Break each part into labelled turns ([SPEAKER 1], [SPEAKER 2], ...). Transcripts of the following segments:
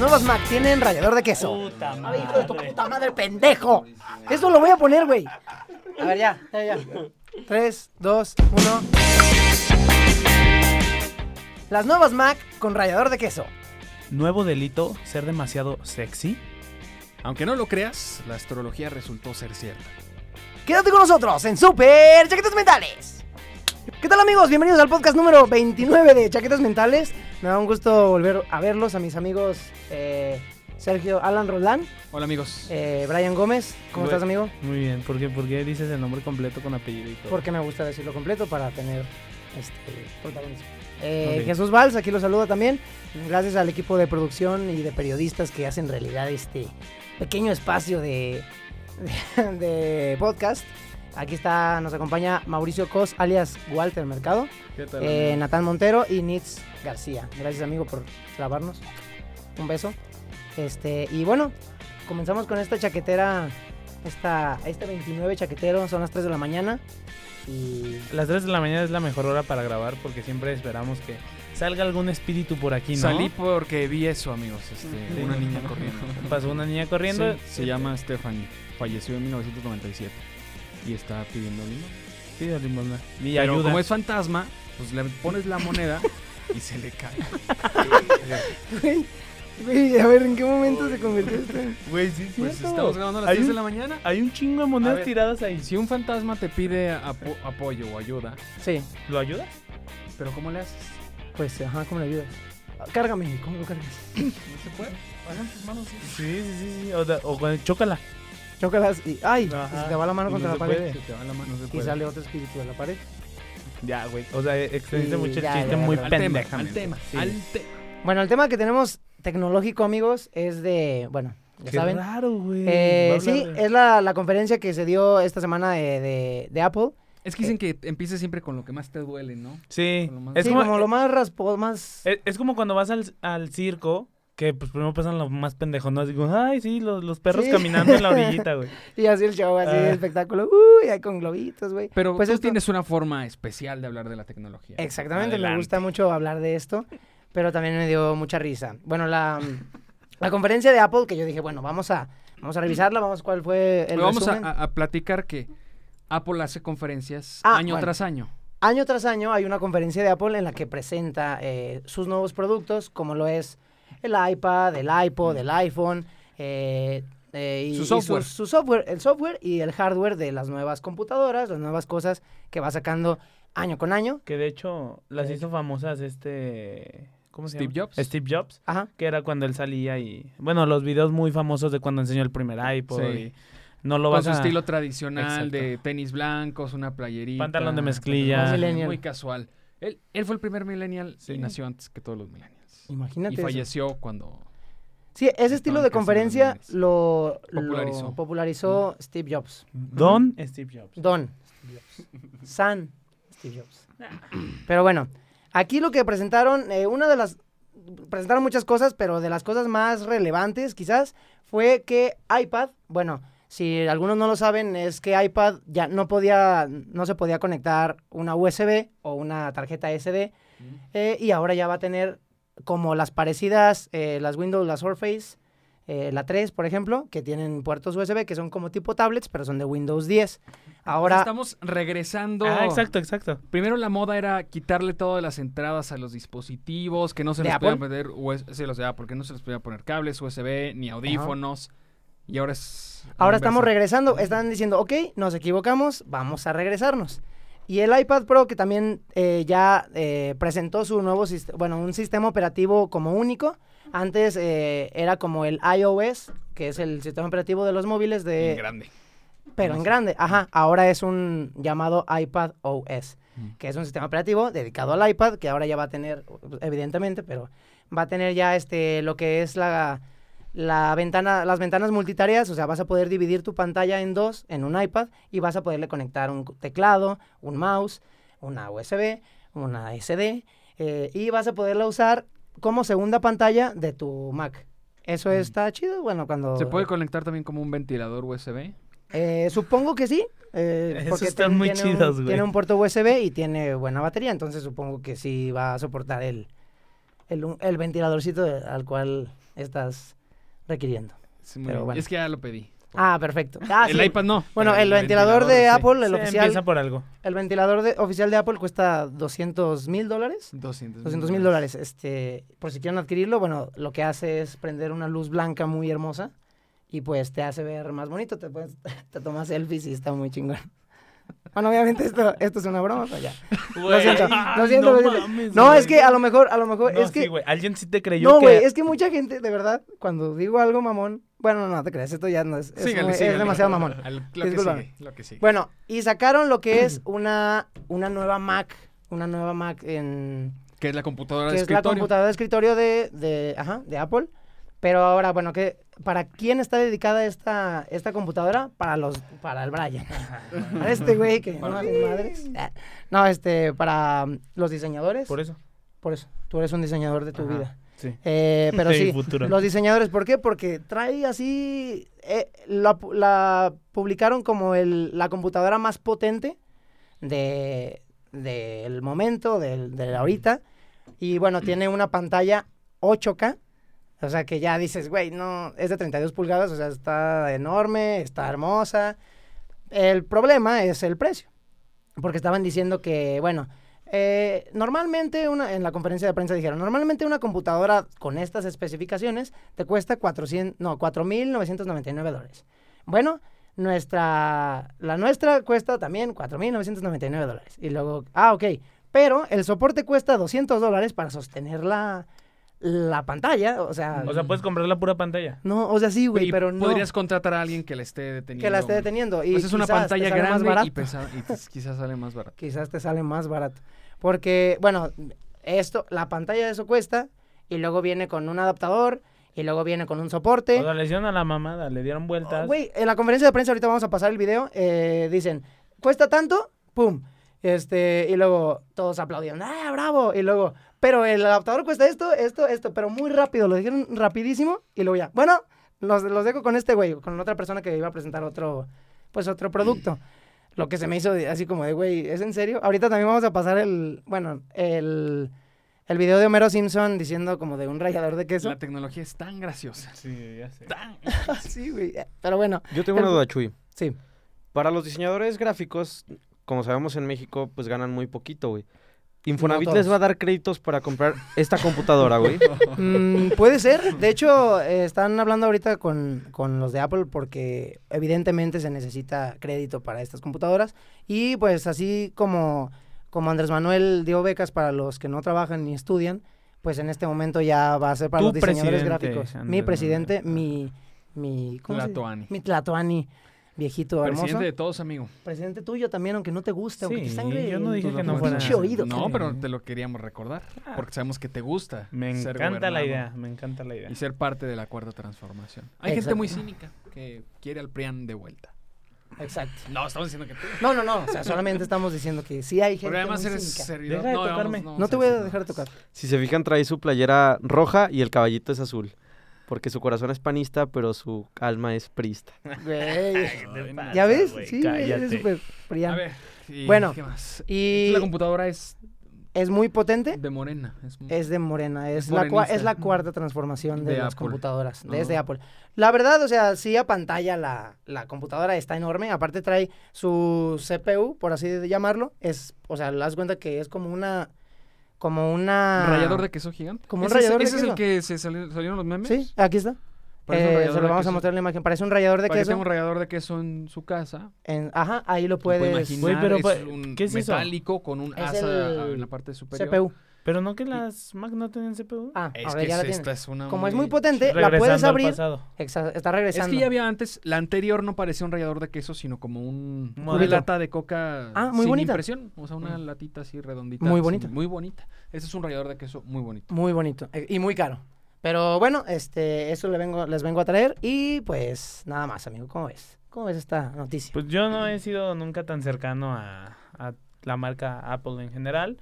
[SPEAKER 1] huevos Mac tienen rallador de queso.
[SPEAKER 2] Puta
[SPEAKER 1] Ay, hijo de tu
[SPEAKER 2] madre.
[SPEAKER 1] puta madre, pendejo. Esto lo voy a poner, güey. A ver, ya, ya, ya. Tres, dos, uno. Las nuevas Mac con rallador de queso.
[SPEAKER 2] Nuevo delito, ser demasiado sexy.
[SPEAKER 3] Aunque no lo creas, la astrología resultó ser cierta.
[SPEAKER 1] Quédate con nosotros en Super Chaquetas Mentales. ¿Qué tal amigos? Bienvenidos al podcast número 29 de Chaquetas Mentales. Me da un gusto volver a verlos a mis amigos eh, Sergio Alan Roldán,
[SPEAKER 3] Hola amigos.
[SPEAKER 1] eh, Brian Gómez. ¿Cómo
[SPEAKER 3] Güey.
[SPEAKER 1] estás amigo?
[SPEAKER 2] Muy bien, ¿por qué, por qué dices el nombre completo con apellido y todo?
[SPEAKER 1] Porque me gusta decirlo completo para tener este, protagonismo. Eh,
[SPEAKER 2] Ok.
[SPEAKER 1] Jesús Valls, aquí los saluda también. Gracias al equipo de producción y de periodistas que hacen realidad este pequeño espacio de, de, de podcast. Aquí está, nos acompaña Mauricio Cos, alias Walter Mercado,
[SPEAKER 3] ¿Qué tal?
[SPEAKER 1] eh, Natán Montero y Nitz García. Gracias amigo por grabarnos. Un beso. Este, y bueno, comenzamos con esta chaquetera, esta, este 29 chaquetero, son las 3 de la mañana. Y
[SPEAKER 2] Las 3 de la mañana es la mejor hora para grabar porque siempre esperamos que salga algún espíritu por aquí, ¿no?
[SPEAKER 3] Salí porque vi eso, amigos. Este,
[SPEAKER 2] Sí.
[SPEAKER 3] Una niña corriendo.
[SPEAKER 2] Pasó una niña corriendo.
[SPEAKER 3] Sí, se llama Stephanie. Falleció en 1997 y está pidiendo limón.
[SPEAKER 2] Pido limosna. Y
[SPEAKER 3] Pero
[SPEAKER 2] ayuda.
[SPEAKER 3] como es fantasma, pues le pones la moneda y se le cae.
[SPEAKER 1] Güey, güey, a ver, ¿en qué momento se convirtió esto? en-
[SPEAKER 3] Güey, sí, pues
[SPEAKER 2] cierto.
[SPEAKER 3] estamos grabando a las
[SPEAKER 2] Hay
[SPEAKER 3] 10 de
[SPEAKER 2] un-
[SPEAKER 3] la mañana.
[SPEAKER 2] Hay un chingo de
[SPEAKER 3] A
[SPEAKER 2] monedas
[SPEAKER 3] ver.
[SPEAKER 2] tiradas ahí.
[SPEAKER 3] Si un fantasma te pide apo- apoyo o ayuda,
[SPEAKER 1] Sí,
[SPEAKER 2] ¿Lo ayudas?
[SPEAKER 3] pero ¿cómo le haces?
[SPEAKER 1] pues, ajá, ¿cómo le ayudas? Ah, Cárgame, ¿cómo lo cargas?
[SPEAKER 3] No se puede. Hagan tus manos.
[SPEAKER 2] Sí, sí, sí. sí. O, da- o con- chócala.
[SPEAKER 1] Chócalas y. ¡Ay!
[SPEAKER 2] Ajá.
[SPEAKER 1] Se te va la mano
[SPEAKER 3] Y
[SPEAKER 1] contra
[SPEAKER 3] Pues no
[SPEAKER 1] pues la
[SPEAKER 3] se
[SPEAKER 1] pared.
[SPEAKER 3] puede, se te va la mano, no se
[SPEAKER 1] Y
[SPEAKER 3] puede.
[SPEAKER 1] sale otro espíritu de la pared.
[SPEAKER 2] Ya, güey. O sea, eh, extendiste
[SPEAKER 1] Sí,
[SPEAKER 2] mucho el
[SPEAKER 1] ya,
[SPEAKER 2] chiste
[SPEAKER 1] ya,
[SPEAKER 2] muy
[SPEAKER 1] ya.
[SPEAKER 3] Al tema,
[SPEAKER 2] pendeja.
[SPEAKER 3] al tema,
[SPEAKER 2] Sí.
[SPEAKER 3] al tema.
[SPEAKER 1] Bueno, el tema que tenemos tecnológico, amigos, es de. Bueno, ya
[SPEAKER 2] Qué
[SPEAKER 1] saben.
[SPEAKER 2] raro, güey.
[SPEAKER 1] Eh,
[SPEAKER 2] Va a
[SPEAKER 1] sí,
[SPEAKER 2] hablar de-
[SPEAKER 1] es la, la conferencia que se dio esta semana de, de- de Apple.
[SPEAKER 3] Es que dicen que empieces siempre con lo que más te duele, ¿no?
[SPEAKER 2] Sí.
[SPEAKER 3] con lo más-
[SPEAKER 2] Es
[SPEAKER 1] sí,
[SPEAKER 2] como, eh,
[SPEAKER 1] como, lo más raspo, más.
[SPEAKER 2] Es, es como cuando vas al, al circo, que pues primero pasan los más pendejos, ¿no? Así como, ay, sí, los, los perros
[SPEAKER 1] Sí.
[SPEAKER 2] caminando en la orillita, güey.
[SPEAKER 1] Y así el show, así el
[SPEAKER 2] Ah.
[SPEAKER 1] espectáculo. Uy, ahí con globitos, güey.
[SPEAKER 3] Pero
[SPEAKER 1] Pues
[SPEAKER 3] tú
[SPEAKER 1] esto-
[SPEAKER 3] tienes una forma especial de hablar de la tecnología.
[SPEAKER 1] Exactamente, me
[SPEAKER 2] Adelante.
[SPEAKER 1] gusta mucho hablar de esto, pero también me dio mucha risa. Bueno, la, la conferencia de Apple, que yo dije, bueno, vamos a, vamos a revisarla, vamos cuál fue el
[SPEAKER 3] Pero vamos a,
[SPEAKER 1] resumen.
[SPEAKER 3] a- a platicar que Apple hace conferencias
[SPEAKER 1] Ah,
[SPEAKER 3] año
[SPEAKER 1] bueno.
[SPEAKER 3] tras año.
[SPEAKER 1] Año tras año hay una conferencia de Apple en la que presenta eh, sus nuevos productos, como lo es el iPad, el iPod, el iPhone, eh, eh, y,
[SPEAKER 3] Mm. Su
[SPEAKER 1] y
[SPEAKER 3] software.
[SPEAKER 1] su software, el software y el hardware de las nuevas computadoras, las nuevas cosas que va sacando año con año.
[SPEAKER 2] Que de hecho las
[SPEAKER 1] Eh.
[SPEAKER 2] hizo famosas este... ¿Cómo se
[SPEAKER 3] Steve
[SPEAKER 2] llama?
[SPEAKER 3] Jobs.
[SPEAKER 2] Steve Jobs.
[SPEAKER 1] Ajá.
[SPEAKER 2] Que era cuando él salía y... Bueno, los videos muy famosos de cuando enseñó el primer iPod
[SPEAKER 3] Sí.
[SPEAKER 2] y... No lo
[SPEAKER 3] Con
[SPEAKER 2] vas
[SPEAKER 3] su
[SPEAKER 2] a...
[SPEAKER 3] estilo tradicional
[SPEAKER 2] Exacto.
[SPEAKER 3] de tenis blancos, una playerita.
[SPEAKER 2] Pantalón de mezclilla.
[SPEAKER 3] pantalón de
[SPEAKER 1] Millennial.
[SPEAKER 3] Muy casual. Él, él fue el primer millennial
[SPEAKER 2] Sí.
[SPEAKER 3] y nació antes que todos los millennials.
[SPEAKER 1] Imagínate.
[SPEAKER 3] y
[SPEAKER 1] eso.
[SPEAKER 3] falleció cuando...
[SPEAKER 1] Sí, ese estilo de
[SPEAKER 3] creciendo
[SPEAKER 1] conferencia
[SPEAKER 3] millones.
[SPEAKER 1] lo lo popularizó,
[SPEAKER 3] Popularizó. Mm.
[SPEAKER 1] Steve Jobs.
[SPEAKER 2] Don Steve Jobs.
[SPEAKER 1] Don. San Steve Jobs. Pero bueno, aquí lo que presentaron, eh, una de las... Presentaron muchas cosas, pero de las cosas más relevantes quizás fue que iPad, bueno, si algunos no lo saben, es que iPad ya no podía, no se podía conectar una USB o una tarjeta SD eh, y ahora ya va a tener como las parecidas, eh, las Windows, las Surface, eh, la 3, por ejemplo, que tienen puertos USB, que son como tipo tablets, pero son de Windows 10. Ahora,
[SPEAKER 3] Estamos regresando...
[SPEAKER 2] Ah, exacto, exacto.
[SPEAKER 3] Primero la moda era quitarle todas las entradas a los dispositivos, que no se
[SPEAKER 1] ¿De
[SPEAKER 3] les
[SPEAKER 1] Apple?
[SPEAKER 3] podían poner US sí, los de Apple, que no se les podía poner cables, USB, ni audífonos. Y ahora es. a la
[SPEAKER 1] ahora estamos
[SPEAKER 3] inversa.
[SPEAKER 1] regresando, están diciendo, ok, nos equivocamos, vamos a regresarnos. Y el iPad Pro, que también eh, ya eh, presentó su nuevo, sist- bueno, un sistema operativo como único. Antes eh, era como el iOS, que es el sistema operativo de los móviles
[SPEAKER 3] En
[SPEAKER 1] de,
[SPEAKER 3] grande.
[SPEAKER 1] Pero en
[SPEAKER 3] Ujú.
[SPEAKER 1] grande, ajá. Ahora es un llamado iPad OS,
[SPEAKER 3] Mm.
[SPEAKER 1] que es un sistema operativo dedicado al iPad, que ahora ya va a tener, evidentemente, pero va a tener ya este lo que es la, la ventana, las ventanas multitareas, o sea, vas a poder dividir tu pantalla en dos en un iPad y vas a poderle conectar un teclado, un mouse, una USB, una SD, eh, y vas a poderla usar como segunda pantalla de tu Mac. Eso
[SPEAKER 3] Mm.
[SPEAKER 1] está chido, bueno, cuando...
[SPEAKER 3] Se puede conectar también como un ventilador USB.
[SPEAKER 1] Eh, supongo que sí. eh,
[SPEAKER 2] Esos
[SPEAKER 1] porque
[SPEAKER 2] están
[SPEAKER 1] ten-
[SPEAKER 2] muy
[SPEAKER 1] tiene un-
[SPEAKER 2] chidos, güey.
[SPEAKER 1] Tiene un puerto USB y tiene buena batería, entonces supongo que sí va a soportar el, el, el ventiladorcito de- al cual estás requiriendo.
[SPEAKER 3] Sí, muy
[SPEAKER 1] Pero
[SPEAKER 3] bien.
[SPEAKER 1] bueno.
[SPEAKER 3] Es que ya lo pedí.
[SPEAKER 1] Ah, perfecto. Ah,
[SPEAKER 3] el
[SPEAKER 1] sí.
[SPEAKER 3] iPad no.
[SPEAKER 1] Bueno,
[SPEAKER 3] pero
[SPEAKER 1] el ventilador de
[SPEAKER 3] sí.
[SPEAKER 1] Apple, el
[SPEAKER 2] Sí, Empieza
[SPEAKER 1] oficial,
[SPEAKER 2] por algo.
[SPEAKER 1] el ventilador de- oficial de Apple cuesta 200 mil dólares.
[SPEAKER 3] 200
[SPEAKER 1] 200 mil dólares. Este, por si quieren adquirirlo, bueno, lo que hace es prender una luz blanca muy hermosa y pues te hace ver más bonito, te, puedes- te tomas selfies y está muy chingón. Bueno, obviamente esto, esto es una broma, pero ya. Lo siento, lo siento, lo siento.
[SPEAKER 2] mames,
[SPEAKER 1] No,
[SPEAKER 2] güey.
[SPEAKER 1] es que a lo mejor, a lo mejor,
[SPEAKER 2] No,
[SPEAKER 1] es
[SPEAKER 2] sí,
[SPEAKER 1] que...
[SPEAKER 2] güey, alguien sí te creyó
[SPEAKER 1] No,
[SPEAKER 2] que...
[SPEAKER 1] güey, es que mucha gente, de verdad, cuando digo algo mamón, bueno, no, no te creas, esto ya no es, es
[SPEAKER 3] Sígale,
[SPEAKER 1] muy- es
[SPEAKER 3] sígale.
[SPEAKER 1] demasiado mamón.
[SPEAKER 3] Al- lo, que
[SPEAKER 1] Discúlpame.
[SPEAKER 3] sigue, lo que sigue.
[SPEAKER 1] Bueno, y sacaron lo que es una, una nueva Mac, una nueva Mac en,
[SPEAKER 3] que es la computadora
[SPEAKER 1] que
[SPEAKER 3] de
[SPEAKER 1] es la
[SPEAKER 3] escritorio.
[SPEAKER 1] computadora de escritorio de, de, ajá, de Apple. Pero ahora, bueno, que ¿para quién está dedicada esta, esta computadora? Para los, para el Brian. Para este güey que no
[SPEAKER 3] Para
[SPEAKER 1] hace madres. Ah, No, este, para mm, los diseñadores.
[SPEAKER 2] Por eso.
[SPEAKER 1] Por eso, tú eres un diseñador de tu
[SPEAKER 3] e- Ajá.
[SPEAKER 1] vida.
[SPEAKER 2] Sí.
[SPEAKER 1] Eh, pero
[SPEAKER 2] Sí,
[SPEAKER 1] sí,
[SPEAKER 2] futuro.
[SPEAKER 1] los diseñadores, ¿por qué? Porque trae así, eh, la, pu- la publicaron como el- la computadora más potente de- del momento, del, de la ahorita, y bueno, tiene una pantalla 8K, o sea que ya dices, güey, no, es de 32 pulgadas, o sea, está enorme, está hermosa. El problema es el precio, porque estaban diciendo que, bueno, eh, normalmente, una, en la conferencia de prensa dijeron, normalmente una computadora con estas especificaciones te cuesta 400, no, 4.999 dólares. Bueno, nuestra, la nuestra cuesta también 4.999 dólares. Y luego, ah, ok, pero el soporte cuesta 200 dólares para sostener la, la pantalla, o sea...
[SPEAKER 2] O sea, puedes comprar la pura pantalla.
[SPEAKER 1] no, o sea, sí, güey,
[SPEAKER 3] pues, Y
[SPEAKER 1] pero no
[SPEAKER 3] Podrías contratar a alguien que la esté deteniendo.
[SPEAKER 1] que la esté deteniendo. Y
[SPEAKER 3] Pues es una
[SPEAKER 1] quizás te
[SPEAKER 3] pantalla
[SPEAKER 1] sale más
[SPEAKER 3] grande y,
[SPEAKER 1] barato.
[SPEAKER 3] pesa- y pues quizás sale más barato.
[SPEAKER 1] quizás te sale más barato. Porque, bueno, esto, la pantalla de eso cuesta, y luego viene con un adaptador, y luego viene con un soporte.
[SPEAKER 2] O sea, le hicieron a la mamada, le dieron vueltas.
[SPEAKER 1] Oh, Güey, en la conferencia de prensa, ahorita vamos a pasar el video, eh, dicen, cuesta tanto, pum. Este, y luego todos aplaudían, ah, bravo. Y luego, pero el adaptador cuesta esto, esto, esto, pero muy rápido, lo dijeron rapidísimo, y luego ya, bueno, los, los dejo con este güey, con otra persona que iba a presentar otro, pues otro producto. Lo que se me hizo de- así como de, güey, ¿es en serio? Ahorita también vamos a pasar el, bueno, el, el video de Homero Simpson diciendo como de un rallador de queso.
[SPEAKER 3] La tecnología es tan graciosa.
[SPEAKER 2] Sí, ya sé.
[SPEAKER 3] Tan.
[SPEAKER 1] Sí, güey, eh, pero bueno,
[SPEAKER 4] Yo tengo una
[SPEAKER 1] El-
[SPEAKER 4] duda, Chuy.
[SPEAKER 1] sí.
[SPEAKER 4] Para los diseñadores gráficos, como sabemos en México, pues ganan muy poquito, güey. Infonavit
[SPEAKER 1] No
[SPEAKER 4] les
[SPEAKER 1] todos.
[SPEAKER 4] va a dar créditos para comprar esta computadora, güey.
[SPEAKER 1] Mm, puede ser. De hecho, eh, están hablando ahorita con, con los de Apple porque evidentemente se necesita crédito para estas computadoras. Y pues así como, como Andrés Manuel dio becas para los que no trabajan ni estudian, pues en este momento ya va a ser para
[SPEAKER 2] Tu
[SPEAKER 1] los diseñadores
[SPEAKER 2] presidente,
[SPEAKER 1] gráficos. mi
[SPEAKER 2] Andrés
[SPEAKER 1] presidente,
[SPEAKER 2] Manuel.
[SPEAKER 1] mi... mi ¿cómo se dice?
[SPEAKER 3] Tlatoani.
[SPEAKER 1] Mi Tlatoani, viejito hermoso.
[SPEAKER 3] Presidente de
[SPEAKER 1] Presidente.
[SPEAKER 3] todos, amigo.
[SPEAKER 1] tuyo también, aunque no te guste, aunque te
[SPEAKER 2] Sí,
[SPEAKER 1] sangre
[SPEAKER 2] yo no
[SPEAKER 1] en
[SPEAKER 2] dije
[SPEAKER 1] tu
[SPEAKER 2] que no fuera-
[SPEAKER 1] pinche oído.
[SPEAKER 3] No,
[SPEAKER 1] cabrón. Ah.
[SPEAKER 3] pero te lo queríamos recordar. Porque sabemos que te gusta.
[SPEAKER 2] Me
[SPEAKER 3] ser
[SPEAKER 2] encanta la
[SPEAKER 3] gobernado
[SPEAKER 2] idea, me encanta la idea.
[SPEAKER 3] Y ser parte de la cuarta transformación. Hay gente
[SPEAKER 1] Exacto.
[SPEAKER 3] muy cínica que quiere al PRIAN de vuelta.
[SPEAKER 1] Exacto.
[SPEAKER 3] No, estamos diciendo que tú.
[SPEAKER 1] No, no, no. O sea, solamente estamos diciendo que sí hay gente
[SPEAKER 3] Porque además
[SPEAKER 1] muy
[SPEAKER 3] eres
[SPEAKER 1] cínica.
[SPEAKER 3] servidor.
[SPEAKER 2] Deja de
[SPEAKER 3] vamos,
[SPEAKER 2] tocarme.
[SPEAKER 3] vamos
[SPEAKER 1] No te voy
[SPEAKER 3] decir
[SPEAKER 1] a
[SPEAKER 3] nada
[SPEAKER 1] dejar
[SPEAKER 3] más.
[SPEAKER 1] tocar.
[SPEAKER 4] Si se fijan, trae su playera roja y el caballito es azul. Porque su corazón es panista, pero su alma es prista.
[SPEAKER 1] Güey.
[SPEAKER 2] Ay, no.
[SPEAKER 1] ¿Ya ves?
[SPEAKER 2] Güey,
[SPEAKER 1] sí, güey, eres
[SPEAKER 2] cállate.
[SPEAKER 1] súper
[SPEAKER 3] A
[SPEAKER 1] friano.
[SPEAKER 3] ver. y
[SPEAKER 1] Bueno,
[SPEAKER 3] ¿Qué más?
[SPEAKER 1] y-
[SPEAKER 3] La computadora es
[SPEAKER 1] ¿Es muy potente?
[SPEAKER 3] de morena. Es,
[SPEAKER 1] Es de Morena, es,
[SPEAKER 3] Mm. Es
[SPEAKER 1] la, cua-
[SPEAKER 3] morenista.
[SPEAKER 1] es la cuarta transformación de,
[SPEAKER 3] De
[SPEAKER 1] las
[SPEAKER 3] Apple. Ah.
[SPEAKER 1] computadoras,
[SPEAKER 3] No.
[SPEAKER 1] desde Apple. La verdad, o sea, sí a pantalla la, la computadora está enorme, aparte trae su CPU, por así de llamarlo, es, o sea, le das cuenta que es como una, como una...
[SPEAKER 3] Rayador de queso gigante.
[SPEAKER 1] Como un
[SPEAKER 3] ¿Ese es-
[SPEAKER 1] rallador de
[SPEAKER 3] ¿Ese es
[SPEAKER 1] queso.
[SPEAKER 3] el que se salió- salieron los memes?
[SPEAKER 1] Sí, aquí está.
[SPEAKER 3] Parece un
[SPEAKER 1] Eh,
[SPEAKER 3] rallador
[SPEAKER 1] se
[SPEAKER 3] de
[SPEAKER 1] lo vamos a
[SPEAKER 3] queso.
[SPEAKER 1] mostrar en la imagen, parece un rallador de
[SPEAKER 3] Para que
[SPEAKER 1] queso.
[SPEAKER 3] tenga un rallador de queso en su casa.
[SPEAKER 1] en- ajá, ahí lo
[SPEAKER 3] Puede
[SPEAKER 1] puedes...
[SPEAKER 3] imaginar, pues,
[SPEAKER 2] Güey, pero
[SPEAKER 3] es
[SPEAKER 2] pa-
[SPEAKER 3] un
[SPEAKER 2] ¿qué es eso?
[SPEAKER 3] metálico con un
[SPEAKER 1] Es
[SPEAKER 3] asa a-
[SPEAKER 1] el
[SPEAKER 3] en la parte superior.
[SPEAKER 1] CPU.
[SPEAKER 2] Pero no que las Mac no tenían CPU.
[SPEAKER 1] Ah,
[SPEAKER 3] Es
[SPEAKER 1] ahora
[SPEAKER 3] que
[SPEAKER 1] ya la
[SPEAKER 3] es-
[SPEAKER 1] tienes.
[SPEAKER 3] esta es una
[SPEAKER 1] Como es
[SPEAKER 3] muy-
[SPEAKER 1] muy potente,
[SPEAKER 2] Regresando
[SPEAKER 1] la puedes
[SPEAKER 2] al
[SPEAKER 1] abrir.
[SPEAKER 2] pasado.
[SPEAKER 1] Exa- está
[SPEAKER 3] Es
[SPEAKER 1] regresando.
[SPEAKER 3] que ya había antes, la anterior no parecía un rallador de queso, sino como un,
[SPEAKER 2] Un
[SPEAKER 3] una
[SPEAKER 2] modelo.
[SPEAKER 3] lata de coca
[SPEAKER 1] Ah, muy
[SPEAKER 3] sin
[SPEAKER 1] bonita. Mm.
[SPEAKER 3] impresión. O sea, una latita así redondita.
[SPEAKER 1] Muy
[SPEAKER 3] sin-
[SPEAKER 1] bonita.
[SPEAKER 3] muy bonita. Ese es un rallador de queso muy bonito.
[SPEAKER 1] Muy bonito eh, y muy caro. Pero bueno, este, eso le vengo, les vengo a traer y pues nada más, amigo. ¿Cómo ves? ¿Cómo ves esta noticia?
[SPEAKER 2] Pues yo no he sido nunca tan cercano a, a la marca Apple en general.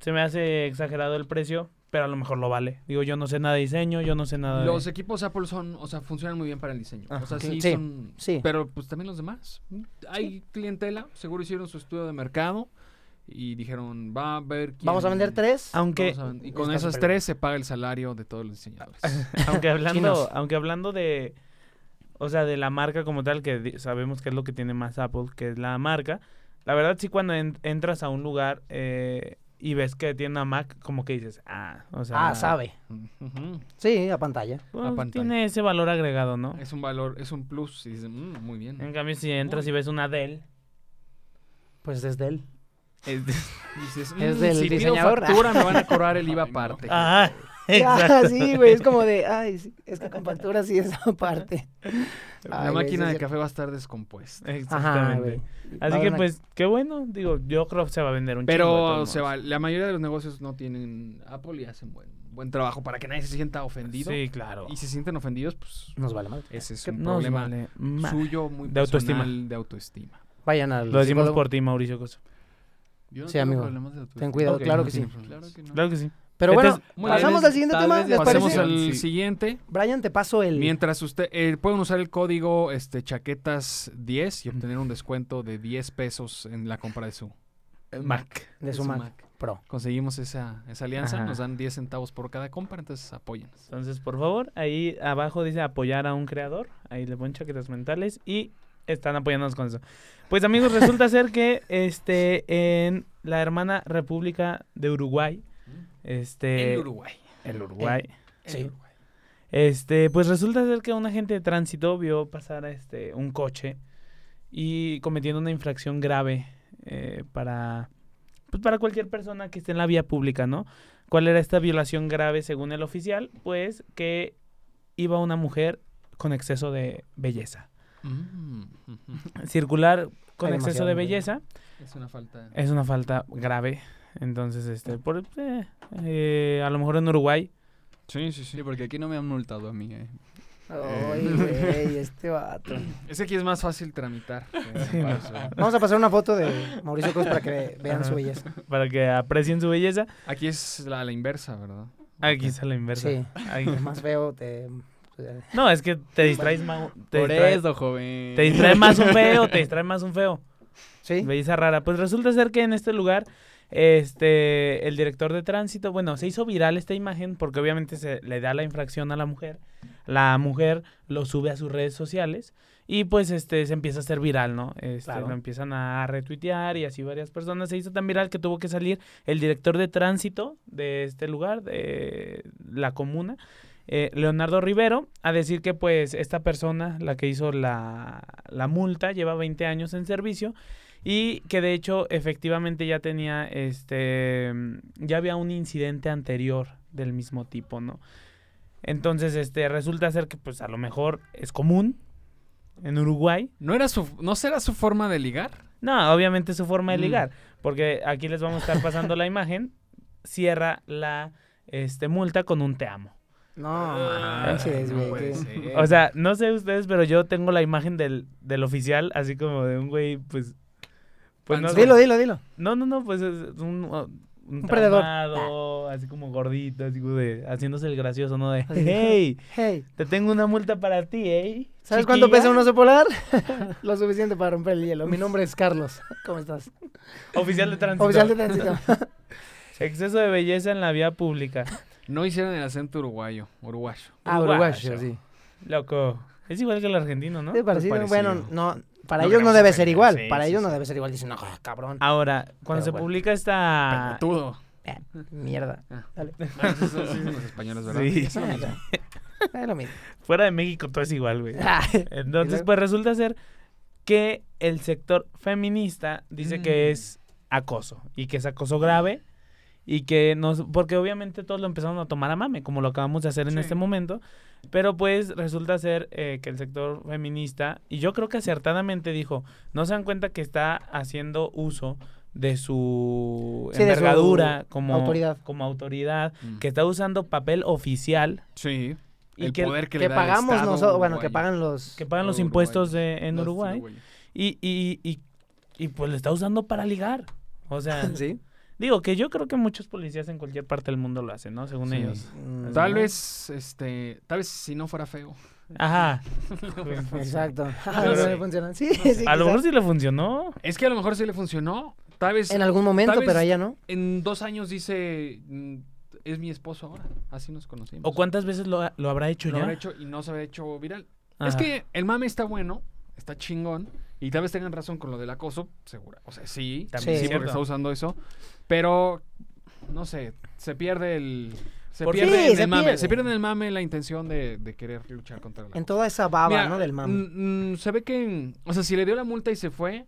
[SPEAKER 2] Se me hace exagerado el precio, pero a lo mejor lo vale. Digo, yo no sé nada de diseño, yo no sé nada de...
[SPEAKER 3] Los equipos Apple son, o sea, funcionan muy bien para el diseño.
[SPEAKER 2] Ah,
[SPEAKER 3] o sea,
[SPEAKER 1] ok.
[SPEAKER 3] sí,
[SPEAKER 1] Sí,
[SPEAKER 3] son...
[SPEAKER 1] sí.
[SPEAKER 3] Pero pues también los demás. Hay clientela, seguro hicieron su estudio de mercado Y dijeron, va a ver quién-
[SPEAKER 1] Vamos a vender tres.
[SPEAKER 2] Aunque,
[SPEAKER 3] Vamos a vender- Y con
[SPEAKER 1] Está
[SPEAKER 3] esas
[SPEAKER 1] súper bien.
[SPEAKER 3] tres se paga el salario de todos los diseñadores.
[SPEAKER 2] aunque hablando,
[SPEAKER 1] Chinos.
[SPEAKER 2] aunque hablando de, o sea, de la marca como tal, que di- sabemos que es lo que tiene más Apple, que es la marca. La verdad sí cuando en- entras a un lugar eh, y ves que tiene una Mac, como que dices, ah, o sea,
[SPEAKER 1] Ah, sabe.
[SPEAKER 3] Ujú.
[SPEAKER 1] Sí, a pantalla.
[SPEAKER 2] pues,
[SPEAKER 3] a pantalla.
[SPEAKER 2] tiene ese valor agregado, ¿no?
[SPEAKER 3] Es un valor, es un plus. Y dices, "Mm, muy bien.
[SPEAKER 2] En cambio si entras y ves una Dell,
[SPEAKER 1] Pues desde él.
[SPEAKER 2] es de-
[SPEAKER 3] Y dices,
[SPEAKER 1] Es
[SPEAKER 3] "Mm,
[SPEAKER 1] del
[SPEAKER 3] si pido
[SPEAKER 1] diseñador".
[SPEAKER 3] factura, me van a cobrar el IVA aparte.
[SPEAKER 2] ah,
[SPEAKER 1] Ah,
[SPEAKER 2] exacto.
[SPEAKER 1] sí, güey. Es como de, ay, sí, es que con factura sí es aparte.
[SPEAKER 3] La máquina de café va a estar descompuesta.
[SPEAKER 1] Ajá,
[SPEAKER 2] Exactamente.
[SPEAKER 1] güey. Va a
[SPEAKER 2] Así
[SPEAKER 1] haber
[SPEAKER 2] que
[SPEAKER 1] una-
[SPEAKER 2] pues qué bueno, digo, yo creo que se va a vender un chingo de
[SPEAKER 3] Pero
[SPEAKER 2] todos
[SPEAKER 3] se
[SPEAKER 2] modos.
[SPEAKER 3] va, la mayoría de los negocios no tienen Apple y hacen buen, buen trabajo para que nadie se sienta ofendido.
[SPEAKER 2] Sí, claro.
[SPEAKER 3] Y si se sienten ofendidos, pues
[SPEAKER 1] Nos vale madre.
[SPEAKER 3] ese es
[SPEAKER 1] Que
[SPEAKER 3] un
[SPEAKER 2] Nos
[SPEAKER 3] problema
[SPEAKER 2] vale madre.
[SPEAKER 3] suyo muy
[SPEAKER 2] De autoestima.
[SPEAKER 3] personal de autoestima.
[SPEAKER 1] Vayan al.
[SPEAKER 2] Lo decimos
[SPEAKER 1] psicólogo.
[SPEAKER 2] por ti, Mauricio Coso.
[SPEAKER 3] Yo
[SPEAKER 1] no Sí, tengo amigo. problemas Ten cuidado,
[SPEAKER 3] Ok,
[SPEAKER 1] claro
[SPEAKER 3] no
[SPEAKER 1] que sí.
[SPEAKER 3] tiene problemas. Claro que no.
[SPEAKER 2] Claro que sí.
[SPEAKER 1] Pero bueno,
[SPEAKER 2] Entonces,
[SPEAKER 3] muy
[SPEAKER 1] pasamos
[SPEAKER 3] bien.
[SPEAKER 1] al siguiente
[SPEAKER 4] Tal
[SPEAKER 1] tema.
[SPEAKER 4] vez
[SPEAKER 1] ¿Les
[SPEAKER 3] Pasemos
[SPEAKER 1] parece?
[SPEAKER 3] al
[SPEAKER 4] Sí.
[SPEAKER 3] siguiente.
[SPEAKER 1] Brian, te paso el.
[SPEAKER 3] Mientras usted eh, pueden usar el código este chaquetas 10 y obtener un descuento de 10 pesos en la compra de su
[SPEAKER 2] Mac.
[SPEAKER 1] de su
[SPEAKER 3] su
[SPEAKER 1] Mac
[SPEAKER 3] Mac.
[SPEAKER 1] Pro.
[SPEAKER 3] conseguimos esa, esa alianza,
[SPEAKER 2] Ajá.
[SPEAKER 3] nos dan 10 centavos por cada compra, entonces apóyennos.
[SPEAKER 2] Entonces, por favor, ahí abajo dice apoyar a un creador. Ahí le ponen chaquetas mentales y están apoyándonos con eso. Pues amigos, resulta ser que este en la hermana República de Uruguay, este
[SPEAKER 3] en Uruguay.
[SPEAKER 2] el Uruguay,
[SPEAKER 1] Sí.
[SPEAKER 2] este, pues resulta ser que un agente de tránsito vio pasar a este un coche y cometiendo una infracción grave eh, para pues para cualquier persona que esté en la vía pública, ¿no? ¿Cuál era esta violación grave según el oficial? Pues que iba una mujer con exceso de belleza.
[SPEAKER 3] Mm, ujú.
[SPEAKER 2] Circular con
[SPEAKER 1] Hay
[SPEAKER 2] exceso
[SPEAKER 1] demasiado
[SPEAKER 2] de
[SPEAKER 1] nivel.
[SPEAKER 2] belleza
[SPEAKER 3] Es una falta.
[SPEAKER 2] es una falta grave. Entonces,
[SPEAKER 1] Ah.
[SPEAKER 2] este, por, eh, eh, a lo mejor en Uruguay.
[SPEAKER 3] Sí, sí, sí.
[SPEAKER 5] Sí, porque aquí no me han multado a mí, eh.
[SPEAKER 1] Ay, güey, este vato.
[SPEAKER 3] Es que aquí es más fácil tramitar.
[SPEAKER 2] Sí, no.
[SPEAKER 1] Vamos a pasar una foto de Mauricio Cruz para que vean su belleza.
[SPEAKER 2] Para que aprecien su belleza.
[SPEAKER 3] Aquí es la, la inversa, ¿verdad?
[SPEAKER 2] Aquí está la inversa.
[SPEAKER 1] Sí.
[SPEAKER 2] Ahí.
[SPEAKER 1] Lo más feo pues, te.
[SPEAKER 2] No, es que te distraes más. Te
[SPEAKER 5] Por
[SPEAKER 2] distrae-
[SPEAKER 5] eso, joven.
[SPEAKER 2] te distrae más un feo, te distrae más un feo.
[SPEAKER 1] Sí.
[SPEAKER 2] Belleza rara. Pues resulta ser que en este lugar, este, el director de tránsito, bueno, se hizo viral esta imagen porque obviamente se le da la infracción a la mujer. La mujer lo sube a sus redes sociales y pues este se empieza a hacer viral, ¿no? Este,
[SPEAKER 1] Claro.
[SPEAKER 2] Lo empiezan a retuitear y así varias personas. Se hizo tan viral que tuvo que salir el director de tránsito de este lugar, de la comuna, eh, Leonardo Rivero, a decir que pues esta persona, la que hizo la, la multa, lleva 20 años en servicio y que de hecho efectivamente ya tenía, este, ya había un incidente anterior del mismo tipo, ¿no? Entonces, este, resulta ser que pues a lo mejor es común en Uruguay.
[SPEAKER 3] ¿No, era su, ¿No será su forma de ligar?
[SPEAKER 2] No, obviamente es su forma de
[SPEAKER 3] Mm.
[SPEAKER 2] ligar, porque aquí les vamos a estar pasando la imagen. Cierra la este, multa con un te amo.
[SPEAKER 1] No, manches,
[SPEAKER 3] Ah, no
[SPEAKER 1] güey.
[SPEAKER 3] puede
[SPEAKER 1] qué-
[SPEAKER 3] ser.
[SPEAKER 2] O sea, no sé ustedes, pero yo tengo la imagen del, del oficial, así como de un güey, pues... pues no,
[SPEAKER 3] Panzón.
[SPEAKER 1] Dilo, dilo, dilo.
[SPEAKER 2] no, no, no, pues es un... uh, Un,
[SPEAKER 1] perdedor.
[SPEAKER 2] tramado, así como gordito, así como de... Haciéndose el gracioso, ¿no? De,
[SPEAKER 1] Así.
[SPEAKER 2] hey,
[SPEAKER 1] Hey,
[SPEAKER 2] te tengo una multa para ti, ¿eh?
[SPEAKER 1] ¿sabes cuánto
[SPEAKER 2] chiquilla?"
[SPEAKER 1] pesa un oso polar? Lo suficiente para romper el hielo. Mi nombre es Carlos. ¿Cómo estás?
[SPEAKER 2] Oficial de tránsito.
[SPEAKER 1] Oficial de tránsito.
[SPEAKER 2] Exceso de belleza en la vía pública.
[SPEAKER 3] No hicieron el acento uruguayo, uruguayo.
[SPEAKER 1] Ah, uruguayo, sí.
[SPEAKER 2] Loco. Es igual que el argentino, ¿no?
[SPEAKER 1] Sí, parecido.
[SPEAKER 3] Parecido.
[SPEAKER 1] Bueno, no. Para
[SPEAKER 3] No
[SPEAKER 1] ellos no
[SPEAKER 3] queremos
[SPEAKER 1] debe
[SPEAKER 3] ofender,
[SPEAKER 1] ser igual.
[SPEAKER 3] sí,
[SPEAKER 1] para
[SPEAKER 3] sí,
[SPEAKER 1] ellos no
[SPEAKER 3] sí.
[SPEAKER 1] debe ser igual. Dicen, no, cabrón,
[SPEAKER 2] Ahora, cuando
[SPEAKER 1] Pero
[SPEAKER 2] se
[SPEAKER 1] bueno.
[SPEAKER 2] publica esta...
[SPEAKER 3] Todo.
[SPEAKER 1] mierda.
[SPEAKER 3] Ah.
[SPEAKER 1] Dale.
[SPEAKER 3] Esos son los españoles, ¿verdad?
[SPEAKER 2] Sí.
[SPEAKER 3] Es lo mismo.
[SPEAKER 1] Es lo mismo.
[SPEAKER 2] Fuera de México todo es igual, güey.
[SPEAKER 1] Y
[SPEAKER 2] Entonces,
[SPEAKER 1] luego-
[SPEAKER 2] pues resulta ser que el sector feminista dice que
[SPEAKER 3] Mm.
[SPEAKER 2] es acoso y que es acoso grave y que nos porque obviamente todos lo empezaron a tomar a mame como lo acabamos de hacer en
[SPEAKER 3] Sí.
[SPEAKER 2] este momento pero pues resulta ser eh, que el sector feminista y yo creo que acertadamente dijo no se dan cuenta que está haciendo uso de su
[SPEAKER 1] Sí, de su
[SPEAKER 2] envergadura como
[SPEAKER 1] autoridad.
[SPEAKER 2] como autoridad
[SPEAKER 3] Mm.
[SPEAKER 2] que está usando papel oficial
[SPEAKER 3] Sí.
[SPEAKER 2] y
[SPEAKER 3] el
[SPEAKER 2] que,
[SPEAKER 3] poder que,
[SPEAKER 1] Que
[SPEAKER 3] le da el
[SPEAKER 1] pagamos
[SPEAKER 3] Estado
[SPEAKER 1] nosotros. Bueno, que
[SPEAKER 3] uruguayo.
[SPEAKER 1] pagan los.
[SPEAKER 2] que pagan los
[SPEAKER 3] Uruguay.
[SPEAKER 2] impuestos de, en
[SPEAKER 3] Los
[SPEAKER 2] Uruguay
[SPEAKER 3] uruguayos.
[SPEAKER 2] Y, y, y, y, pues lo está usando para ligar. O sea,
[SPEAKER 1] Ah, Sí.
[SPEAKER 2] digo que yo creo que muchos policías en cualquier parte del mundo lo hacen, ¿no? Según
[SPEAKER 3] Sí.
[SPEAKER 2] ellos.
[SPEAKER 1] Mm,
[SPEAKER 3] Tal vez, este, tal vez si no fuera feo.
[SPEAKER 2] Ajá.
[SPEAKER 1] Exacto. Ah,
[SPEAKER 2] no
[SPEAKER 1] No
[SPEAKER 2] sé.
[SPEAKER 1] le funcionan. Sí, sí.
[SPEAKER 2] A lo
[SPEAKER 1] quizás.
[SPEAKER 2] mejor sí le funcionó.
[SPEAKER 3] Es que a lo mejor sí le funcionó. Tal vez
[SPEAKER 1] En algún momento,
[SPEAKER 3] Tal vez-
[SPEAKER 1] pero ella no.
[SPEAKER 3] en dos años dice, "Mm, es mi esposo ahora. Así nos conocimos.
[SPEAKER 2] ¿O cuántas veces lo, ha- lo habrá hecho
[SPEAKER 3] Lo
[SPEAKER 2] ya?
[SPEAKER 3] habrá hecho y no se habrá hecho viral. Es
[SPEAKER 2] Ajá.
[SPEAKER 3] que el mame está bueno, está chingón. Y tal vez tengan razón con lo del acoso, segura. O sea, sí,
[SPEAKER 2] También
[SPEAKER 1] es
[SPEAKER 3] sí, porque
[SPEAKER 2] cierto.
[SPEAKER 3] está usando eso. Pero, no sé, se pierde el. Se
[SPEAKER 2] Porque-
[SPEAKER 3] pierde
[SPEAKER 1] Sí,
[SPEAKER 3] en el
[SPEAKER 1] se
[SPEAKER 3] mame.
[SPEAKER 1] pierde.
[SPEAKER 3] Se pierde en el mame la intención de, de querer luchar contra la
[SPEAKER 1] En toda esa baba,
[SPEAKER 3] Mira,
[SPEAKER 1] ¿no? Del mame.
[SPEAKER 3] mm, mm, se ve que. mm, O sea, si le dio la multa y se fue,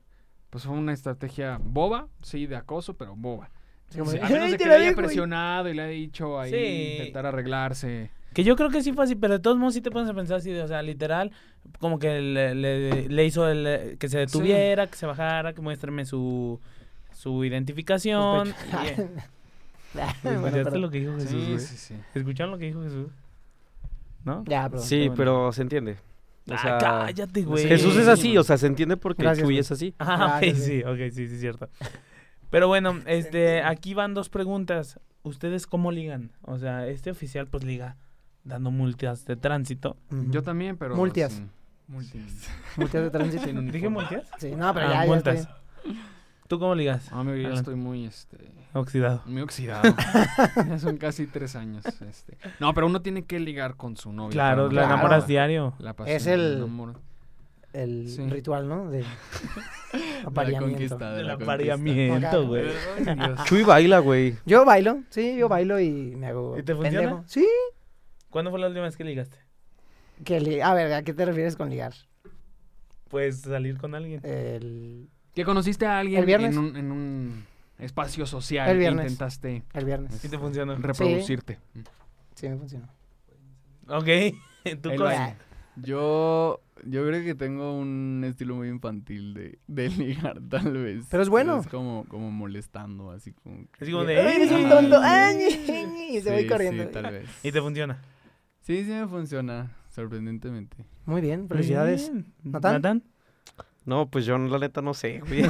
[SPEAKER 3] pues fue una estrategia boba, sí, de acoso, pero boba.
[SPEAKER 1] Sí, como
[SPEAKER 3] Sí,
[SPEAKER 1] de,
[SPEAKER 3] a menos
[SPEAKER 1] "Ey,
[SPEAKER 3] de
[SPEAKER 1] te
[SPEAKER 3] que
[SPEAKER 1] la
[SPEAKER 3] le haya
[SPEAKER 1] dejo", y-
[SPEAKER 3] presionado y le haya dicho ahí
[SPEAKER 2] Sí.
[SPEAKER 3] intentar arreglarse.
[SPEAKER 2] Que yo creo que sí fue así, pero de todos modos sí te pones a pensar así, de, o sea, literal, como que le, le- le hizo el- eh, que se detuviera, que se bajara, que muéstrame su, su identificación. y, eh,
[SPEAKER 1] Ah, Bueno,
[SPEAKER 2] ¿escuchaste
[SPEAKER 1] perdón.
[SPEAKER 2] lo que dijo Jesús,
[SPEAKER 3] Sí,
[SPEAKER 2] güey?
[SPEAKER 3] sí, sí.
[SPEAKER 2] ¿Escucharon lo que dijo Jesús? ¿No?
[SPEAKER 1] Ya, perdón.
[SPEAKER 4] Sí,
[SPEAKER 2] bueno.
[SPEAKER 4] pero se entiende. O
[SPEAKER 2] Ah,
[SPEAKER 4] sea,
[SPEAKER 2] cállate, güey.
[SPEAKER 4] Jesús es así, o sea, se entiende porque
[SPEAKER 1] Gracias,
[SPEAKER 4] Chuy
[SPEAKER 1] güey.
[SPEAKER 4] es así.
[SPEAKER 2] Ah, ok,
[SPEAKER 1] Gracias,
[SPEAKER 2] sí, ok, sí, sí, es cierto. Pero bueno, este, aquí van dos preguntas. ¿Ustedes cómo ligan? O sea, este oficial pues liga dando multas de tránsito.
[SPEAKER 1] Ujú.
[SPEAKER 3] Yo también, pero.
[SPEAKER 1] Multias.
[SPEAKER 3] sin-
[SPEAKER 5] Multis.
[SPEAKER 1] Multas de tránsito.
[SPEAKER 3] sin uniforme.
[SPEAKER 2] ¿Dije multas?
[SPEAKER 1] Sí, no, pero
[SPEAKER 2] Ah,
[SPEAKER 1] ya, ya
[SPEAKER 2] multas.
[SPEAKER 1] estoy-
[SPEAKER 2] ¿Tú cómo ligas?
[SPEAKER 3] Ah, mi vida,
[SPEAKER 2] Alan.
[SPEAKER 3] estoy muy, este,
[SPEAKER 2] Oxidado.
[SPEAKER 3] muy oxidado. ya son casi tres años. Este. No, pero uno tiene que ligar con su novia.
[SPEAKER 2] Claro,
[SPEAKER 3] para
[SPEAKER 2] la
[SPEAKER 3] no-
[SPEAKER 2] enamoras
[SPEAKER 1] Claro.
[SPEAKER 2] diario.
[SPEAKER 3] La pasión,
[SPEAKER 1] Es el-
[SPEAKER 3] enamora.
[SPEAKER 1] El
[SPEAKER 3] Sí.
[SPEAKER 1] ritual, ¿no? De
[SPEAKER 5] La
[SPEAKER 1] apareamiento.
[SPEAKER 5] conquista. de
[SPEAKER 2] El
[SPEAKER 5] la conquista.
[SPEAKER 1] Acá.
[SPEAKER 2] apareamiento, güey.
[SPEAKER 3] Ay, Dios.
[SPEAKER 4] Chuy baila, güey.
[SPEAKER 1] Yo bailo, sí, yo bailo y me hago
[SPEAKER 2] ¿Y te funciona?
[SPEAKER 1] pendejo. Sí.
[SPEAKER 2] ¿Cuándo fue la última vez que ligaste?
[SPEAKER 1] Que li- A ver, ¿a qué te refieres con ligar?
[SPEAKER 2] Pues salir con alguien.
[SPEAKER 1] El,
[SPEAKER 3] Que conociste a alguien
[SPEAKER 1] El viernes.
[SPEAKER 3] En, un, en un espacio social.
[SPEAKER 1] El
[SPEAKER 3] e
[SPEAKER 1] viernes.
[SPEAKER 3] Intentaste
[SPEAKER 1] el viernes.
[SPEAKER 2] Sí te funcionó.
[SPEAKER 3] reproducirte.
[SPEAKER 1] Sí, me funcionó.
[SPEAKER 2] Ok. ¿Tú
[SPEAKER 3] El
[SPEAKER 2] cómo?
[SPEAKER 3] baile.
[SPEAKER 5] Yo, yo creo que tengo un estilo muy infantil de, de ligar, tal vez.
[SPEAKER 1] Pero es bueno.
[SPEAKER 5] Es como, como molestando, así como...
[SPEAKER 2] Es como de...
[SPEAKER 1] ¡Ay, eres un
[SPEAKER 3] Ah,
[SPEAKER 5] Ay.
[SPEAKER 1] tonto! ¡Ay! Y se va
[SPEAKER 5] Sí,
[SPEAKER 1] corriendo.
[SPEAKER 5] Sí, tal vez.
[SPEAKER 2] Y te funciona.
[SPEAKER 5] Sí, sí me funciona, sorprendentemente.
[SPEAKER 1] Muy bien, felicidades.
[SPEAKER 2] Bien.
[SPEAKER 1] ¿Natán?
[SPEAKER 2] ¿Natán?
[SPEAKER 4] No, pues yo la neta no sé, güey.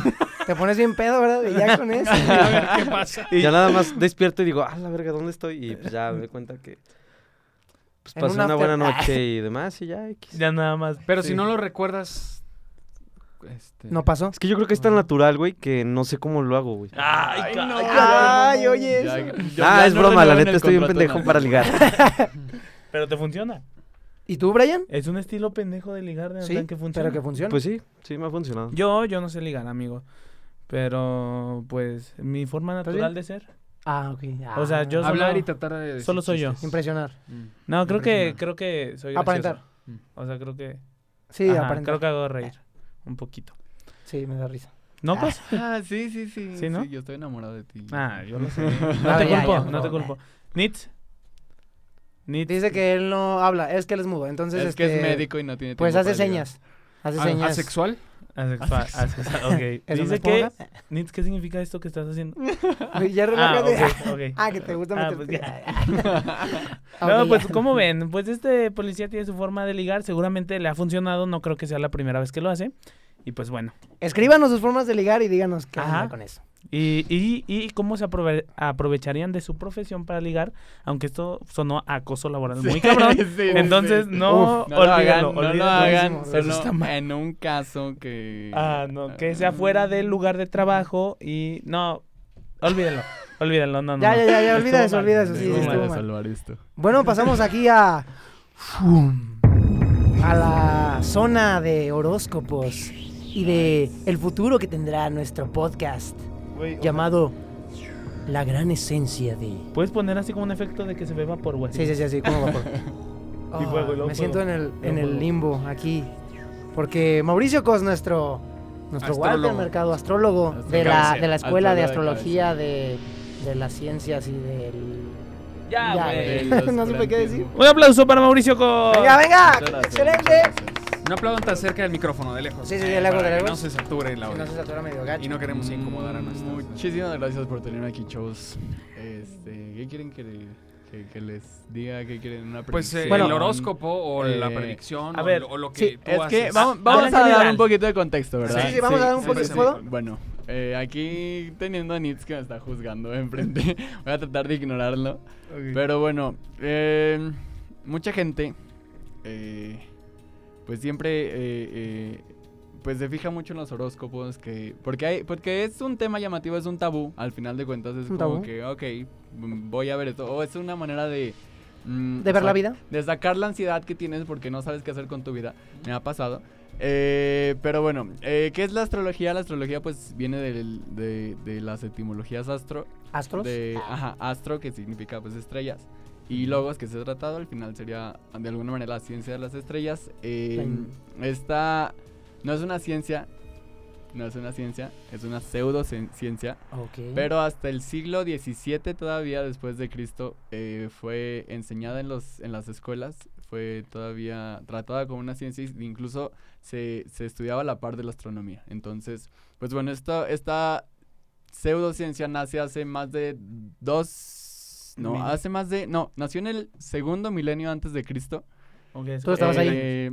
[SPEAKER 1] Te pones bien pedo, ¿verdad? Y ya con eso.
[SPEAKER 3] ¿Qué pasa?
[SPEAKER 4] ya nada más despierto y digo, ah, la verga, ¿dónde estoy? Y pues ya me doy cuenta que pues,
[SPEAKER 1] En un
[SPEAKER 4] pasó una
[SPEAKER 1] after-
[SPEAKER 4] buena noche y demás y ya. X.
[SPEAKER 2] Ya nada más.
[SPEAKER 3] Pero
[SPEAKER 2] Sí.
[SPEAKER 3] si no lo recuerdas. Este,
[SPEAKER 1] No pasó.
[SPEAKER 4] Es que yo creo que es tan natural, güey, que no sé cómo lo hago, güey.
[SPEAKER 2] Ay, ca-
[SPEAKER 5] no.
[SPEAKER 1] Ay, oye.
[SPEAKER 5] Ya-
[SPEAKER 1] eso.
[SPEAKER 5] Ah, yo
[SPEAKER 4] Ah,
[SPEAKER 5] ya
[SPEAKER 4] es
[SPEAKER 5] no
[SPEAKER 4] broma, la
[SPEAKER 5] renuevo en
[SPEAKER 4] neta
[SPEAKER 5] el
[SPEAKER 4] estoy un
[SPEAKER 5] contrato
[SPEAKER 4] pendejo
[SPEAKER 5] nada.
[SPEAKER 4] para ligar.
[SPEAKER 2] Pero te funciona.
[SPEAKER 1] ¿Y tú, Brian?
[SPEAKER 2] Es un estilo pendejo de ligar de
[SPEAKER 1] Sí,
[SPEAKER 2] Natán que funciona.
[SPEAKER 1] pero que funciona.
[SPEAKER 4] Pues sí, sí me ha funcionado.
[SPEAKER 2] Yo, yo no sé ligar, amigo. Pero, pues, mi forma natural
[SPEAKER 1] bien?
[SPEAKER 2] de ser.
[SPEAKER 1] ah, ok.
[SPEAKER 2] O sea, yo
[SPEAKER 1] Ah,
[SPEAKER 3] Hablar
[SPEAKER 2] solo-
[SPEAKER 3] y tratar de. decir
[SPEAKER 2] solo soy yo.
[SPEAKER 3] chistes.
[SPEAKER 1] Impresionar.
[SPEAKER 3] Mm.
[SPEAKER 2] No, creo que,
[SPEAKER 3] Impresionante.
[SPEAKER 2] creo que soy gracioso. Mm.
[SPEAKER 1] Aparentar.
[SPEAKER 2] O sea, creo que...
[SPEAKER 1] Sí,
[SPEAKER 2] Ajá,
[SPEAKER 1] aparentar.
[SPEAKER 2] Creo que hago reír un poquito.
[SPEAKER 1] Sí, me da risa.
[SPEAKER 2] ¿No, pues?
[SPEAKER 5] Ah, sí, sí, sí.
[SPEAKER 2] ¿Sí, no?
[SPEAKER 5] yo estoy enamorado de ti.
[SPEAKER 2] Ah, yo lo sé.
[SPEAKER 1] Ah,
[SPEAKER 2] No
[SPEAKER 1] ya,
[SPEAKER 2] te
[SPEAKER 1] ya,
[SPEAKER 2] culpo,
[SPEAKER 1] por
[SPEAKER 2] no te
[SPEAKER 1] favor.
[SPEAKER 2] culpo. Nitz. Nitz.
[SPEAKER 1] Dice que él no habla, es que él es mudo. Entonces,
[SPEAKER 5] es que
[SPEAKER 1] este,
[SPEAKER 5] es médico y no tiene Ah, tiempo
[SPEAKER 1] Pues hace
[SPEAKER 5] para ligar.
[SPEAKER 1] señas. Hace
[SPEAKER 3] A-
[SPEAKER 1] señas.
[SPEAKER 3] ¿Asexual?
[SPEAKER 2] Asexual, asexual, ok.
[SPEAKER 1] ¿Es una
[SPEAKER 2] Dice que...
[SPEAKER 1] esponja?
[SPEAKER 2] Nitz, ¿qué significa esto que estás haciendo?
[SPEAKER 1] Ay, Ya
[SPEAKER 2] Ah,
[SPEAKER 1] relájate.
[SPEAKER 2] ok, ok.
[SPEAKER 1] Ah, que te gusta
[SPEAKER 2] Ah,
[SPEAKER 1] meterte. Ah, Ok,
[SPEAKER 2] No, pues,
[SPEAKER 1] ya.
[SPEAKER 2] ¿cómo ven? Pues este policía tiene su forma de ligar. Seguramente le ha funcionado. No creo que sea la primera vez que lo hace. Y pues, bueno.
[SPEAKER 1] Escríbanos sus formas de ligar y díganos qué
[SPEAKER 2] Ajá.
[SPEAKER 1] onda con eso.
[SPEAKER 2] Y, y, y cómo se aprove- aprovecharían de su profesión para ligar, aunque esto sonó a acoso laboral muy cabrón.
[SPEAKER 5] Sí, sí,
[SPEAKER 2] Entonces,
[SPEAKER 5] sí.
[SPEAKER 2] no,
[SPEAKER 5] No lo hagan,
[SPEAKER 2] olvídalo,
[SPEAKER 5] no lo
[SPEAKER 2] olvídalo.
[SPEAKER 5] hagan.
[SPEAKER 1] buenísimo,
[SPEAKER 2] eso
[SPEAKER 5] solo
[SPEAKER 2] está mal.
[SPEAKER 5] en un caso que...
[SPEAKER 2] Ah, no, que sea fuera del lugar de trabajo y no, olvídalo, olvídalo, no, no.
[SPEAKER 1] Ya,
[SPEAKER 2] no.
[SPEAKER 1] ya, ya, ya,
[SPEAKER 2] Estuvo
[SPEAKER 1] olvida eso,
[SPEAKER 2] mal,
[SPEAKER 1] olvida eso. Sí,
[SPEAKER 5] Tengo
[SPEAKER 2] estuvo
[SPEAKER 1] estuvo
[SPEAKER 5] manera de
[SPEAKER 1] mal.
[SPEAKER 5] salvar esto.
[SPEAKER 1] Bueno, pasamos aquí a. A la zona de horóscopos y de el futuro que tendrá nuestro podcast
[SPEAKER 2] Güey, o-
[SPEAKER 1] llamado La Gran Esencia de.
[SPEAKER 2] Puedes poner así como un efecto de que se beba por güey.
[SPEAKER 1] Sí, sí, sí, sí, ¿cómo va? por-
[SPEAKER 2] Y
[SPEAKER 1] Oh,
[SPEAKER 2] fuego, y luego
[SPEAKER 1] me siento en el,
[SPEAKER 2] fuego.
[SPEAKER 1] en
[SPEAKER 2] Luego
[SPEAKER 1] el
[SPEAKER 2] fuego.
[SPEAKER 1] limbo aquí. Porque Mauricio Cos, nuestro, nuestro Walter
[SPEAKER 3] Astrólogo.
[SPEAKER 1] Mercado, astrólogo
[SPEAKER 5] Astrólogo
[SPEAKER 1] de
[SPEAKER 5] de
[SPEAKER 1] la,
[SPEAKER 5] cabecera.
[SPEAKER 1] de la Escuela de
[SPEAKER 5] Astrólogo de
[SPEAKER 1] Astrología de, de las Ciencias y del.
[SPEAKER 2] Ya,
[SPEAKER 1] Ya,
[SPEAKER 2] güey.
[SPEAKER 1] güey.
[SPEAKER 5] El
[SPEAKER 1] No supe qué decir.
[SPEAKER 5] oscurantismo.
[SPEAKER 2] Un aplauso para Mauricio Co.
[SPEAKER 1] ¡Venga, venga!
[SPEAKER 5] Muchas gracias,
[SPEAKER 1] ¡Excelente!
[SPEAKER 5] muchas gracias.
[SPEAKER 3] No aplaudan tan cerca del micrófono, de lejos.
[SPEAKER 1] Sí, sí, de lejos,
[SPEAKER 3] para
[SPEAKER 1] de
[SPEAKER 3] que
[SPEAKER 1] lejos.
[SPEAKER 3] No se sature el
[SPEAKER 1] Si no
[SPEAKER 3] audio.
[SPEAKER 1] se satura medio gacho.
[SPEAKER 3] Y no queremos incomodar a nuestros.
[SPEAKER 5] Muchísimas gracias por tenerme aquí, chavos. Este, ¿qué quieren que, le- que, que les diga? ¿Qué quieren? Una
[SPEAKER 3] Pues eh,
[SPEAKER 5] predicción?
[SPEAKER 3] el horóscopo o la
[SPEAKER 5] eh,
[SPEAKER 3] predicción
[SPEAKER 2] a
[SPEAKER 3] o
[SPEAKER 2] ver,
[SPEAKER 3] lo- o, lo que
[SPEAKER 1] sí,
[SPEAKER 3] tú
[SPEAKER 5] Es que
[SPEAKER 3] haces.
[SPEAKER 5] vamos,
[SPEAKER 2] Ah,
[SPEAKER 5] vamos
[SPEAKER 2] habla
[SPEAKER 5] a
[SPEAKER 2] en
[SPEAKER 5] dar
[SPEAKER 2] general.
[SPEAKER 5] un poquito de contexto, ¿verdad?
[SPEAKER 1] Sí, sí, vamos a dar un
[SPEAKER 3] sí,
[SPEAKER 1] poquito.
[SPEAKER 3] sí.
[SPEAKER 1] ¿Puedo?
[SPEAKER 5] Bueno, eh, aquí teniendo a Nitz que me está juzgando enfrente, voy a tratar de ignorarlo. Pero bueno, eh, mucha gente, eh, pues siempre eh, eh, pues se fija mucho en los horóscopos, que porque hay porque es un tema llamativo, es un tabú, al final de cuentas es
[SPEAKER 1] Un
[SPEAKER 5] como
[SPEAKER 1] tabú.
[SPEAKER 5] que, ok, mm, voy a ver esto, o es una manera de... mm,
[SPEAKER 1] De ver la
[SPEAKER 5] sac-
[SPEAKER 1] vida.
[SPEAKER 5] De sacar la ansiedad que tienes porque no sabes qué hacer con tu vida, me ha pasado. Eh, pero bueno, eh, ¿qué es la astrología? La astrología pues viene del- de, de las etimologías astro,
[SPEAKER 1] Astros. Ah.
[SPEAKER 5] de ajá, astro que significa pues estrellas y logos que se ha tratado al final sería de alguna manera la ciencia de las estrellas Eh,
[SPEAKER 1] Ven.
[SPEAKER 5] esta no es una ciencia no es una ciencia es una pseudociencia
[SPEAKER 1] Ok.
[SPEAKER 5] pero hasta el siglo XVII todavía después de Cristo eh, fue enseñada en los en las escuelas fue todavía tratada como una ciencia y incluso se, se estudiaba a la par de la astronomía entonces pues bueno esta esta pseudociencia nace hace más de dos no
[SPEAKER 2] Milenio.
[SPEAKER 5] hace más de no nació en el segundo milenio antes de Cristo
[SPEAKER 2] Ok, es-
[SPEAKER 1] Tú estabas ahí.
[SPEAKER 5] Eh,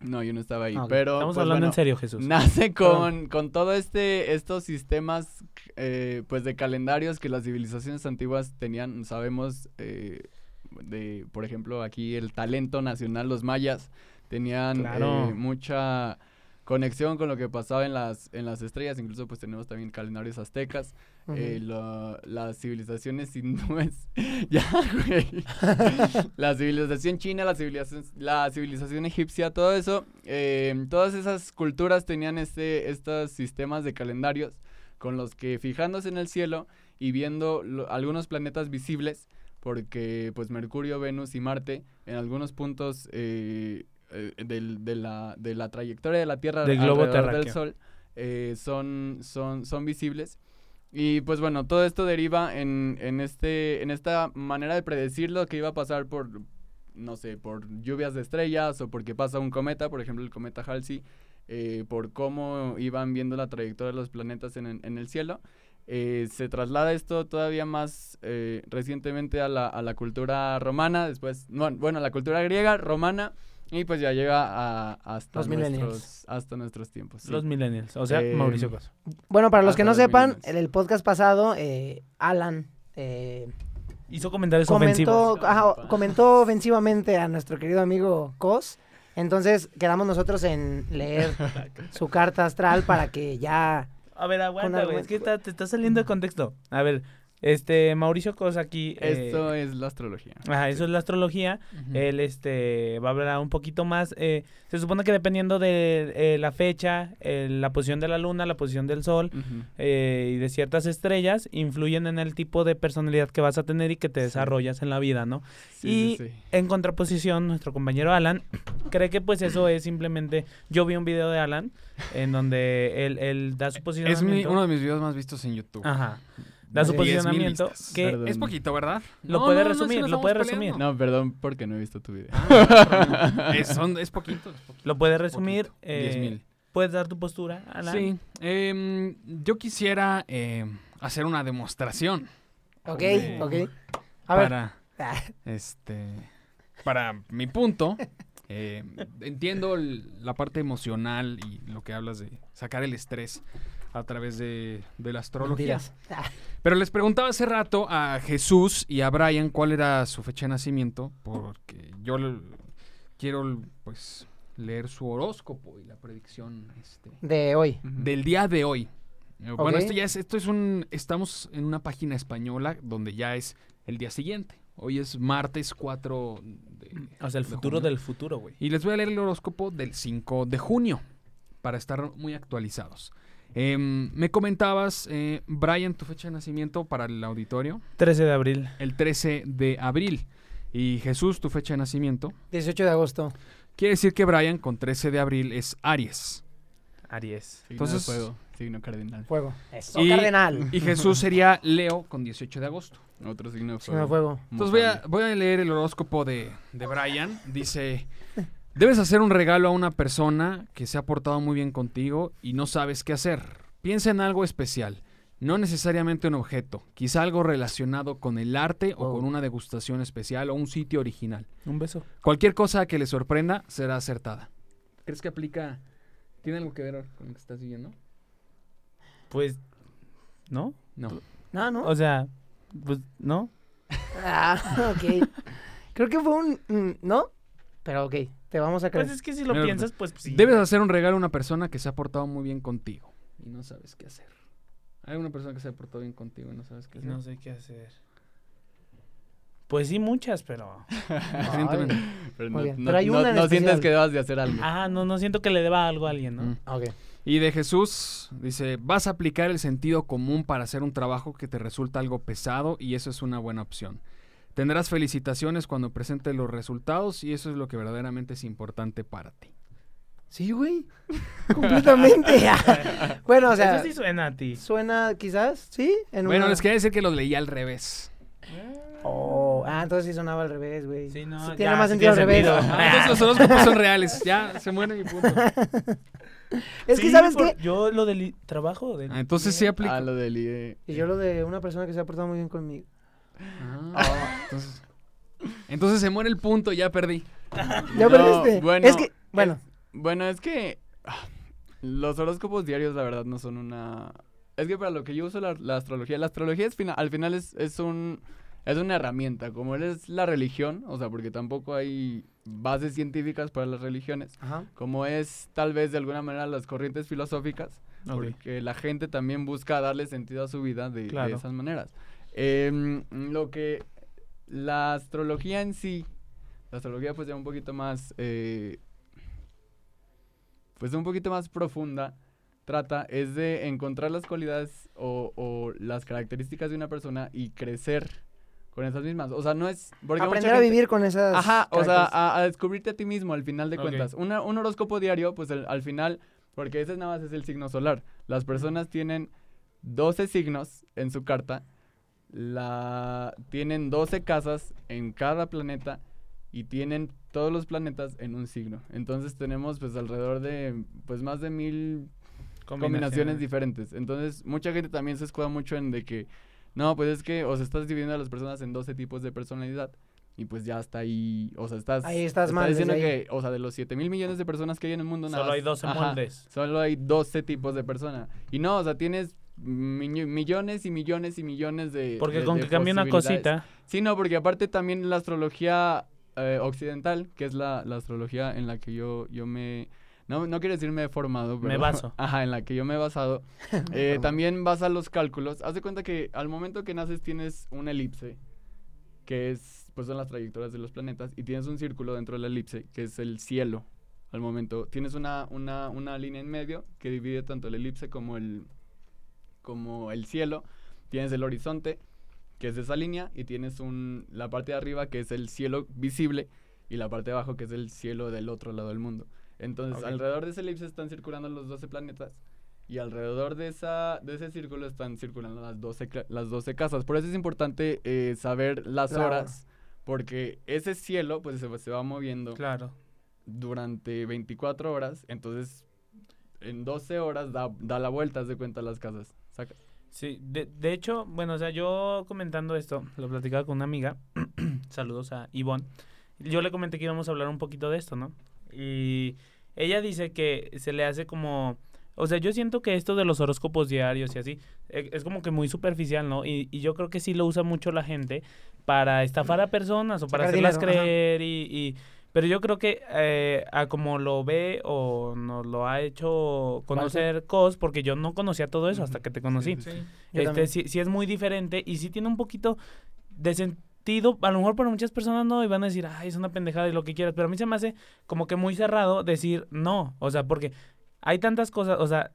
[SPEAKER 5] no yo no estaba ahí
[SPEAKER 1] Ah, ok.
[SPEAKER 5] pero
[SPEAKER 2] Estamos
[SPEAKER 5] pues,
[SPEAKER 2] hablando
[SPEAKER 5] bueno,
[SPEAKER 2] en serio, Jesús.
[SPEAKER 5] Nace con, con todo este estos sistemas eh, pues de calendarios que las civilizaciones antiguas tenían, sabemos eh, de por ejemplo aquí el talento nacional los mayas tenían
[SPEAKER 2] Claro.
[SPEAKER 5] eh, mucha conexión con lo que pasaba en las en las estrellas, incluso pues tenemos también calendarios aztecas
[SPEAKER 1] Ujú.
[SPEAKER 5] eh, la- las civilizaciones hindúes. ya, güey. la civilización china, la civilización, la civilización egipcia, todo eso. eh, todas esas culturas tenían este, estos sistemas de calendarios con los que fijándose en el cielo y viendo lo- algunos planetas visibles, porque pues Mercurio, Venus y Marte en algunos puntos eh, eh, del- de, la, de la trayectoria de la Tierra
[SPEAKER 2] Del globo
[SPEAKER 5] alrededor del
[SPEAKER 2] terráqueo.
[SPEAKER 5] Sol eh, son, son, son visibles. Y pues bueno, todo esto deriva en, en, este, en esta manera de predecir lo que iba a pasar por, no sé, por lluvias de estrellas o porque pasa un cometa, por ejemplo el cometa Halsey, eh, por cómo iban viendo la trayectoria de los planetas en, en el cielo. Eh, se traslada esto todavía más eh, recientemente a la, a la cultura romana, después, no, bueno, a la cultura griega, romana, y pues ya llega a- hasta,
[SPEAKER 1] Los millennials.
[SPEAKER 5] nuestros, hasta nuestros tiempos. sí.
[SPEAKER 2] Los millennials, o sea,
[SPEAKER 5] Eh,
[SPEAKER 2] Mauricio Costa.
[SPEAKER 1] Bueno, para los
[SPEAKER 5] Ah,
[SPEAKER 1] que no
[SPEAKER 5] para los
[SPEAKER 1] sepan,
[SPEAKER 5] millennials.
[SPEAKER 1] en el podcast pasado, eh, Alan eh,
[SPEAKER 2] Hizo comentarios ofensivos.
[SPEAKER 1] comentó, ajá,
[SPEAKER 5] Compa.
[SPEAKER 1] comentó ofensivamente a nuestro querido amigo Cos. Entonces quedamos nosotros en leer su carta astral para que ya.
[SPEAKER 2] A ver, aguanta, güey.
[SPEAKER 1] argumento.
[SPEAKER 2] Es que está- te está saliendo de contexto. A ver, este, Mauricio Cosa aquí. eh,
[SPEAKER 5] Esto es la astrología.
[SPEAKER 2] Ajá, eso es la astrología. Él este, va a hablar un poquito más. eh, se supone que dependiendo de eh, la fecha, eh, la posición de la luna, la posición del sol
[SPEAKER 5] Ujú.
[SPEAKER 2] eh, y de ciertas estrellas, influyen en el tipo de personalidad que vas a tener y que te desarrollas en la vida, ¿no?
[SPEAKER 5] Sí,
[SPEAKER 2] y
[SPEAKER 5] sí, sí.
[SPEAKER 2] en contraposición, nuestro compañero Alan cree que pues eso es simplemente... Yo vi un video de Alan en donde él, él da su
[SPEAKER 3] Es mi-
[SPEAKER 2] posicionamiento.
[SPEAKER 3] uno de mis videos más vistos en YouTube.
[SPEAKER 2] Ajá. Da su
[SPEAKER 3] Diez mil
[SPEAKER 2] posicionamiento
[SPEAKER 3] vistas.
[SPEAKER 2] que...
[SPEAKER 5] Ah, Perdón.
[SPEAKER 3] Es poquito, ¿verdad?
[SPEAKER 2] Lo
[SPEAKER 3] No,
[SPEAKER 2] puede
[SPEAKER 3] no, no, sí
[SPEAKER 2] resumir,
[SPEAKER 3] nos
[SPEAKER 2] lo
[SPEAKER 3] estamos
[SPEAKER 2] puede resumir.
[SPEAKER 3] peleando.
[SPEAKER 5] No, perdón porque no he visto tu video.
[SPEAKER 3] Ah, es, son- es poquito. es poquito.
[SPEAKER 2] Lo puedes resumir.
[SPEAKER 3] Poquito.
[SPEAKER 2] eh,
[SPEAKER 3] 10,000.
[SPEAKER 2] ¿Puedes dar tu postura, Alan?
[SPEAKER 3] Sí. em, yo quisiera em, hacer una demostración
[SPEAKER 1] Ok,
[SPEAKER 3] Hombre.
[SPEAKER 1] ok. A ver.
[SPEAKER 3] para este para mi punto. em, entiendo el- la parte emocional y lo que hablas de sacar el estrés a través de, de la astrología.
[SPEAKER 1] Mentiras. Ah,
[SPEAKER 3] Pero les preguntaba hace rato a Jesús y a Brian cuál era su fecha de nacimiento, porque yo l- quiero pues leer su horóscopo y la predicción este,
[SPEAKER 1] De hoy.
[SPEAKER 3] del día de hoy. Eh, Bueno,
[SPEAKER 1] Ok.
[SPEAKER 3] esto ya es, esto es un, estamos en una página española donde ya es el día siguiente. Hoy es martes 4 de,
[SPEAKER 2] O sea, el
[SPEAKER 3] De
[SPEAKER 2] futuro
[SPEAKER 3] junio.
[SPEAKER 2] del futuro, güey.
[SPEAKER 3] y les voy a leer el horóscopo del 5 de junio para estar muy actualizados. Em, me comentabas, eh, Brian, tu fecha de nacimiento para el auditorio,
[SPEAKER 2] 13 de abril.
[SPEAKER 3] el 13 de abril. Y Jesús, tu fecha de nacimiento.
[SPEAKER 1] 18 de agosto.
[SPEAKER 3] Quiere decir que Brian con 13 de abril es Aries.
[SPEAKER 2] Aries.
[SPEAKER 3] Entonces-
[SPEAKER 5] Entonces, fuego, signo cardinal.
[SPEAKER 1] Fuego. Eso,
[SPEAKER 3] Y-
[SPEAKER 1] Oh, cardenal.
[SPEAKER 3] Y Jesús sería Leo con 18 de agosto.
[SPEAKER 5] Otro signo de
[SPEAKER 1] Signo
[SPEAKER 5] fuego.
[SPEAKER 1] de fuego.
[SPEAKER 5] Muy
[SPEAKER 3] Entonces voy a,
[SPEAKER 5] padre.
[SPEAKER 3] voy a leer el horóscopo de, de Brian. Dice, debes hacer un regalo a una persona que se ha portado muy bien contigo y no sabes qué hacer. Piensa en algo especial, no necesariamente un objeto, quizá algo relacionado con el arte o
[SPEAKER 1] Oh.
[SPEAKER 3] con una degustación especial o un sitio original.
[SPEAKER 2] Un beso.
[SPEAKER 3] Cualquier cosa que le sorprenda será acertada. ¿Crees que aplica? ¿Tiene algo que ver con lo que estás viviendo?
[SPEAKER 2] Pues, ¿no?
[SPEAKER 3] No.
[SPEAKER 1] No, no.
[SPEAKER 2] O sea, pues, ¿no?
[SPEAKER 1] Ah, ok. Creo que fue un. mm, ¿No? Pero ok. Te vamos a creer.
[SPEAKER 2] Pues es que si lo
[SPEAKER 3] Mira,
[SPEAKER 2] piensas, pues sí.
[SPEAKER 3] Debes hacer un regalo a una persona que se ha portado muy bien contigo y no sabes qué hacer. Hay una persona que se ha portado bien contigo y no sabes qué hacer.
[SPEAKER 2] No sé qué hacer. Pues sí, muchas, pero.
[SPEAKER 3] Evidentemente.
[SPEAKER 5] Pero
[SPEAKER 1] Muy
[SPEAKER 5] no,
[SPEAKER 1] bien,
[SPEAKER 5] no-
[SPEAKER 1] pero hay
[SPEAKER 5] no-
[SPEAKER 1] una en
[SPEAKER 5] no sientes
[SPEAKER 1] especial.
[SPEAKER 5] que debas de hacer algo.
[SPEAKER 2] Ah, no, no siento que le deba algo a alguien, ¿no?
[SPEAKER 3] Mm.
[SPEAKER 1] Ah, ok.
[SPEAKER 3] Y de Jesús dice, vas a aplicar el sentido común para hacer un trabajo que te resulta algo pesado y eso es una buena opción. Tendrás felicitaciones cuando presentes los resultados y eso es lo que verdaderamente es importante para ti.
[SPEAKER 1] Sí, güey. Completamente. bueno, o sea,
[SPEAKER 2] Eso sí suena a ti.
[SPEAKER 1] suena quizás, ¿sí? En
[SPEAKER 3] Bueno,
[SPEAKER 1] una-
[SPEAKER 3] les quería decir que los leí al revés.
[SPEAKER 1] Oh, ah, entonces sí sonaba al revés, güey.
[SPEAKER 2] Sí, no,
[SPEAKER 1] tiene
[SPEAKER 2] ya,
[SPEAKER 1] más
[SPEAKER 2] sí
[SPEAKER 1] sentido al
[SPEAKER 2] tiene
[SPEAKER 1] revés.
[SPEAKER 2] sentido.
[SPEAKER 3] Ah, entonces los horóscopos son reales. Ya, se mueren y punto.
[SPEAKER 1] Es que,
[SPEAKER 2] Sí,
[SPEAKER 1] ¿sabes
[SPEAKER 2] por-
[SPEAKER 1] qué?
[SPEAKER 2] Yo lo del i- trabajo. del-
[SPEAKER 3] Ah, entonces sí
[SPEAKER 5] Ah,
[SPEAKER 3] aplica.
[SPEAKER 5] lo del IE.
[SPEAKER 1] Y yo lo de una persona que se ha portado muy bien conmigo.
[SPEAKER 3] Ah, entonces, entonces se muere el punto, ya perdí.
[SPEAKER 1] Ya
[SPEAKER 5] No,
[SPEAKER 1] perdiste.
[SPEAKER 5] bueno, eh,
[SPEAKER 1] es que, bueno,
[SPEAKER 5] Bueno, es que ah, los horóscopos diarios, la verdad, no son una. Es que para lo que yo uso la, la astrología, la astrología es fina- al final es, es un. Es una herramienta, como es la religión, o sea, porque tampoco hay bases científicas para las religiones,
[SPEAKER 1] ajá.
[SPEAKER 5] como es tal vez de alguna manera las corrientes filosóficas,
[SPEAKER 2] Ok.
[SPEAKER 5] porque la gente también busca darle sentido a su vida de, de
[SPEAKER 2] Claro.
[SPEAKER 5] esas maneras. Em, lo que la astrología en sí, la astrología pues ya un poquito más, eh, pues un poquito más profunda, trata es de encontrar las cualidades o, o las características de una persona y crecer con esas mismas. O sea, no es... Porque mucha
[SPEAKER 1] Aprender a
[SPEAKER 5] gente-
[SPEAKER 1] vivir con esas.
[SPEAKER 5] Ajá, o sea, ah,
[SPEAKER 1] características.
[SPEAKER 5] a, a descubrirte a ti mismo al final de
[SPEAKER 2] Ok.
[SPEAKER 5] cuentas. Una- un horóscopo diario, pues el- al final, porque ese nada más es el signo solar. Las personas tienen 12 signos en su carta, la, tienen 12 casas en cada planeta y tienen todos los planetas en un signo. Entonces tenemos pues alrededor de pues más de mil combinaciones diferentes. Entonces, mucha gente también se escuda mucho en de que, no, pues es que, o sea, estás dividiendo a las personas en 12 tipos de personalidad y pues ya está ahí, o sea, estás...
[SPEAKER 1] Ahí estás mal, desde
[SPEAKER 5] diciendo
[SPEAKER 1] ahí.
[SPEAKER 5] que, o sea, de los 7 mil millones de personas que hay en el mundo, nada
[SPEAKER 2] Solo hay
[SPEAKER 5] más-
[SPEAKER 2] 12
[SPEAKER 5] ajá,
[SPEAKER 2] moldes.
[SPEAKER 5] Solo hay 12 tipos de personas. Y no, o sea, tienes mi- millones y millones y millones de...
[SPEAKER 2] Porque
[SPEAKER 5] de-
[SPEAKER 2] con
[SPEAKER 5] de
[SPEAKER 2] que cambie una
[SPEAKER 5] posibilidades.
[SPEAKER 2] cosita.
[SPEAKER 5] Sí, no, porque aparte también la astrología eh, occidental, que es la, la astrología en la que yo, yo me... No, no quiero decirme he formado, pero...
[SPEAKER 2] Me baso.
[SPEAKER 5] Ajá, en la que yo me he basado. Eh, también basa los cálculos. Haz de cuenta que al momento que naces tienes una elipse, que es, pues son las trayectorias de los planetas, y tienes un círculo dentro de la elipse, que es el cielo. Al momento tienes una, una, una línea en medio que divide tanto la elipse como el, como el cielo. Tienes el horizonte, que es esa línea, y tienes un, la parte de arriba, que es el cielo visible, y la parte de abajo, que es el cielo del otro lado del mundo. Entonces,
[SPEAKER 2] Ok.
[SPEAKER 5] alrededor de esa elipse están circulando los 12 planetas. Y alrededor de, esa, de ese círculo están circulando las 12, cla- las 12 casas. Por eso es importante eh, saber las
[SPEAKER 1] Claro.
[SPEAKER 5] horas, porque ese cielo pues se, va- se va moviendo
[SPEAKER 2] Claro.
[SPEAKER 5] durante 24 horas. Entonces, en 12 horas da, da la vuelta, haz de cuenta las casas. Saca-
[SPEAKER 2] Sí, de, de hecho, bueno, o sea, yo comentando esto, lo platicaba con una amiga, saludos a Ivonne, yo le comenté que íbamos a hablar un poquito de esto, ¿no? Y ella dice que se le hace como, o sea, yo siento que esto de los horóscopos diarios y así, e- es como que muy superficial, ¿no? Y, y yo creo que sí lo usa mucho la gente para estafar a personas o para
[SPEAKER 1] Sacar
[SPEAKER 2] hacerlas
[SPEAKER 1] dinero, ajá.
[SPEAKER 2] creer y, y- Pero yo creo que eh, a como lo ve o nos lo ha hecho conocer Cos, porque yo no conocía todo eso hasta que te conocí.
[SPEAKER 1] Yo
[SPEAKER 2] Este,
[SPEAKER 1] también.
[SPEAKER 2] sí, sí es muy diferente y sí tiene un poquito de sentido. A lo mejor para muchas personas no, y van a decir, ay, es una pendejada y lo que quieras. Pero a mí se me hace como que muy cerrado decir no. O sea, porque hay tantas cosas, o sea,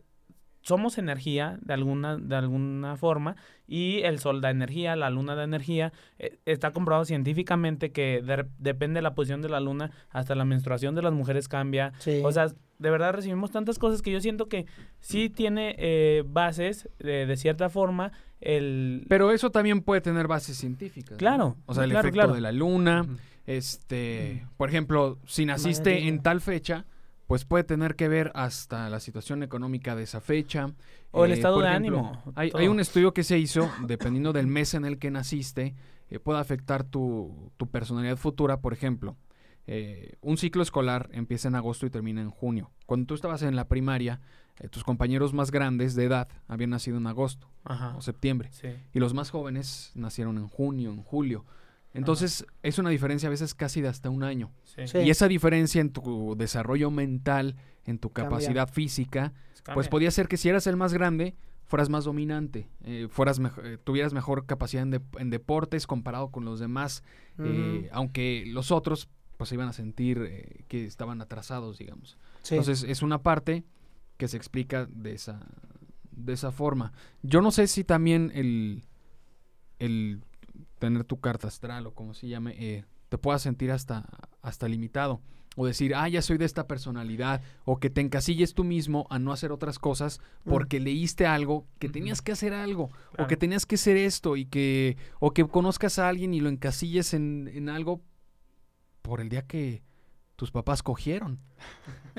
[SPEAKER 2] somos energía de alguna, de alguna forma y el sol da energía, la luna da energía. Eh, está comprobado científicamente que de- depende de la posición de la luna, hasta la menstruación de las mujeres cambia.
[SPEAKER 1] Sí.
[SPEAKER 2] O sea, de verdad recibimos tantas cosas que yo siento que sí tiene eh, bases, eh, de cierta forma, el...
[SPEAKER 3] Pero eso también puede tener bases científicas. ¿no?
[SPEAKER 2] Claro,
[SPEAKER 3] O sea, el
[SPEAKER 2] claro,
[SPEAKER 3] efecto
[SPEAKER 2] claro.
[SPEAKER 3] de la luna. Este, por ejemplo, si naciste en
[SPEAKER 1] Magnetismo.
[SPEAKER 3] tal fecha, pues puede tener que ver hasta la situación económica de esa fecha. Eh,
[SPEAKER 2] O el estado
[SPEAKER 3] por
[SPEAKER 2] de ánimo, Oh.
[SPEAKER 3] Hay,
[SPEAKER 2] todo.
[SPEAKER 3] hay un estudio que se hizo, dependiendo del mes en el que naciste, eh, puede afectar tu, tu personalidad futura. Por ejemplo, eh, un ciclo escolar empieza en agosto y termina en junio. Cuando tú estabas en la primaria, eh, tus compañeros más grandes de edad habían nacido en agosto
[SPEAKER 2] Ajá.
[SPEAKER 3] o septiembre
[SPEAKER 2] Sí.
[SPEAKER 3] y los más jóvenes nacieron en junio, en julio. Entonces, es una diferencia a veces casi de hasta un año.
[SPEAKER 2] Sí.
[SPEAKER 1] Sí.
[SPEAKER 3] Y esa diferencia en tu desarrollo mental, en tu
[SPEAKER 1] Cambia.
[SPEAKER 3] capacidad física, pues
[SPEAKER 2] Cambia.
[SPEAKER 3] podía ser que si eras el más grande, fueras más dominante, eh, fueras mejo- eh, tuvieras mejor capacidad en, dep- en deportes comparado con los demás,
[SPEAKER 1] Ujú.
[SPEAKER 3] eh, aunque los otros pues se iban a sentir eh, que estaban atrasados, digamos.
[SPEAKER 1] Sí.
[SPEAKER 3] Entonces es una parte que se explica de esa, de esa forma. Yo no sé si también el, el tener tu carta astral o como se llame, eh, te puedas sentir hasta, hasta limitado. O decir, ah, ya soy de esta personalidad. O que te encasilles tú mismo a no hacer otras cosas porque leíste algo, que
[SPEAKER 2] Ujú.
[SPEAKER 3] tenías que hacer algo. O que
[SPEAKER 2] Claro.
[SPEAKER 3] tenías que hacer esto. Y que, o que conozcas a alguien y lo encasilles en, en algo por el día que tus papás cogieron.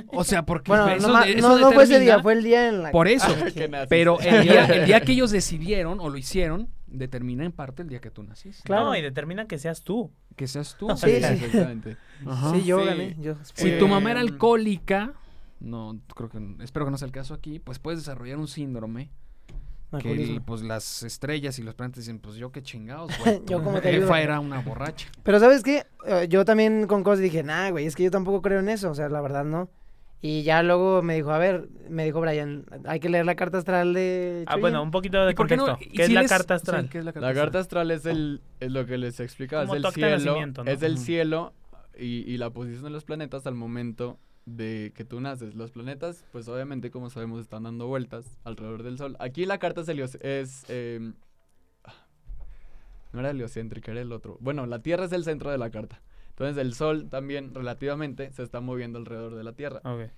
[SPEAKER 3] O sea, porque
[SPEAKER 1] bueno,
[SPEAKER 3] eso
[SPEAKER 1] no, ma-
[SPEAKER 3] de-
[SPEAKER 1] no-
[SPEAKER 3] eso
[SPEAKER 1] no fue ese
[SPEAKER 3] determina-
[SPEAKER 1] día, fue el día en la Ah,
[SPEAKER 3] Por eso.
[SPEAKER 5] Que naciste.
[SPEAKER 3] Pero el día, el día que ellos decidieron o lo hicieron, determina en parte el día que tú naciste.
[SPEAKER 1] Claro.
[SPEAKER 2] No, y determina que seas tú.
[SPEAKER 3] Que seas tú.
[SPEAKER 1] Sí, sí.
[SPEAKER 5] Exactamente.
[SPEAKER 3] Ajá.
[SPEAKER 1] Sí, yo
[SPEAKER 5] Sí.
[SPEAKER 1] gané. yo-
[SPEAKER 3] Si tu
[SPEAKER 5] Eh,
[SPEAKER 3] mamá era alcohólica, no, creo que, espero que no sea el caso aquí, pues puedes desarrollar un síndrome que
[SPEAKER 1] alcoholismo.
[SPEAKER 3] el- pues las estrellas y los planetas dicen, pues yo qué chingados, güey.
[SPEAKER 1] Yo
[SPEAKER 3] tu
[SPEAKER 1] cómo te
[SPEAKER 3] jefa
[SPEAKER 1] ayudo.
[SPEAKER 3] era una borracha.
[SPEAKER 1] Pero ¿sabes qué? Eh, yo también con cosas dije, nah, güey, es que yo tampoco creo en eso, o sea, la verdad no. Y ya luego me dijo, a ver, me dijo Brian, hay que leer la carta astral de...
[SPEAKER 2] Ah,
[SPEAKER 1] Chuyín".
[SPEAKER 2] bueno, un poquito de
[SPEAKER 3] ¿Y por qué no-
[SPEAKER 2] contexto.
[SPEAKER 3] y
[SPEAKER 2] ¿Qué es
[SPEAKER 3] si
[SPEAKER 2] la
[SPEAKER 3] les-
[SPEAKER 2] carta
[SPEAKER 3] sí,
[SPEAKER 2] astral?
[SPEAKER 3] ¿qué es la carta
[SPEAKER 5] La carta
[SPEAKER 3] astral?
[SPEAKER 5] astral es el es lo que les explicaba, es
[SPEAKER 2] Como tu
[SPEAKER 5] el
[SPEAKER 2] acta de
[SPEAKER 5] cielo,
[SPEAKER 2] nacimiento, ¿no?
[SPEAKER 5] es el
[SPEAKER 2] Ujú.
[SPEAKER 5] cielo y, y la posición de los planetas al momento de que tú naces. Los planetas, pues obviamente como sabemos están dando vueltas alrededor del sol. Aquí la carta es, helio- es eh, no era heliocéntrica, era el otro. Bueno, la Tierra es el centro de la carta. Entonces el sol también relativamente se está moviendo alrededor de la Tierra
[SPEAKER 2] Ok.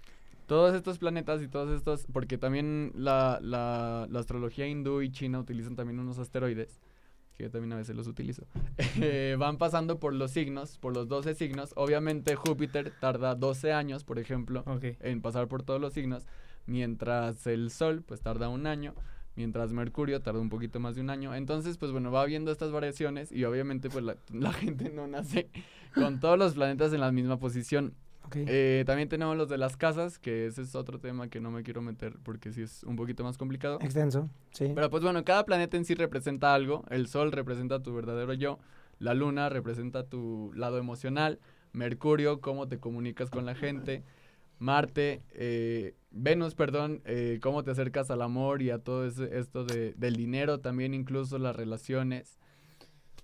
[SPEAKER 5] todos estos planetas y todos estos, porque también la, la- la astrología hindú y china utilizan también unos asteroides, que yo también a veces los utilizo, eh, van pasando por los signos, por los 12 signos. Obviamente Júpiter tarda 12 años, por ejemplo,
[SPEAKER 2] ok.
[SPEAKER 5] en pasar por todos los signos, mientras el Sol pues tarda un año, mientras Mercurio tarda un poquito más de un año. Entonces pues bueno, va viendo estas variaciones y obviamente pues la, la gente no nace con todos los planetas en la misma posición.
[SPEAKER 1] Ok.
[SPEAKER 5] Eh, también tenemos los de las casas, que ese es otro tema que no me quiero meter porque sí es un poquito más complicado.
[SPEAKER 1] Extenso, sí.
[SPEAKER 5] Pero pues bueno, cada planeta en sí representa algo. El Sol representa tu verdadero yo, la Luna representa tu lado emocional, Mercurio, cómo te comunicas con la gente, Marte, eh, Venus, perdón, eh, cómo te acercas al amor y a todo ese- esto de- del dinero, también incluso las relaciones.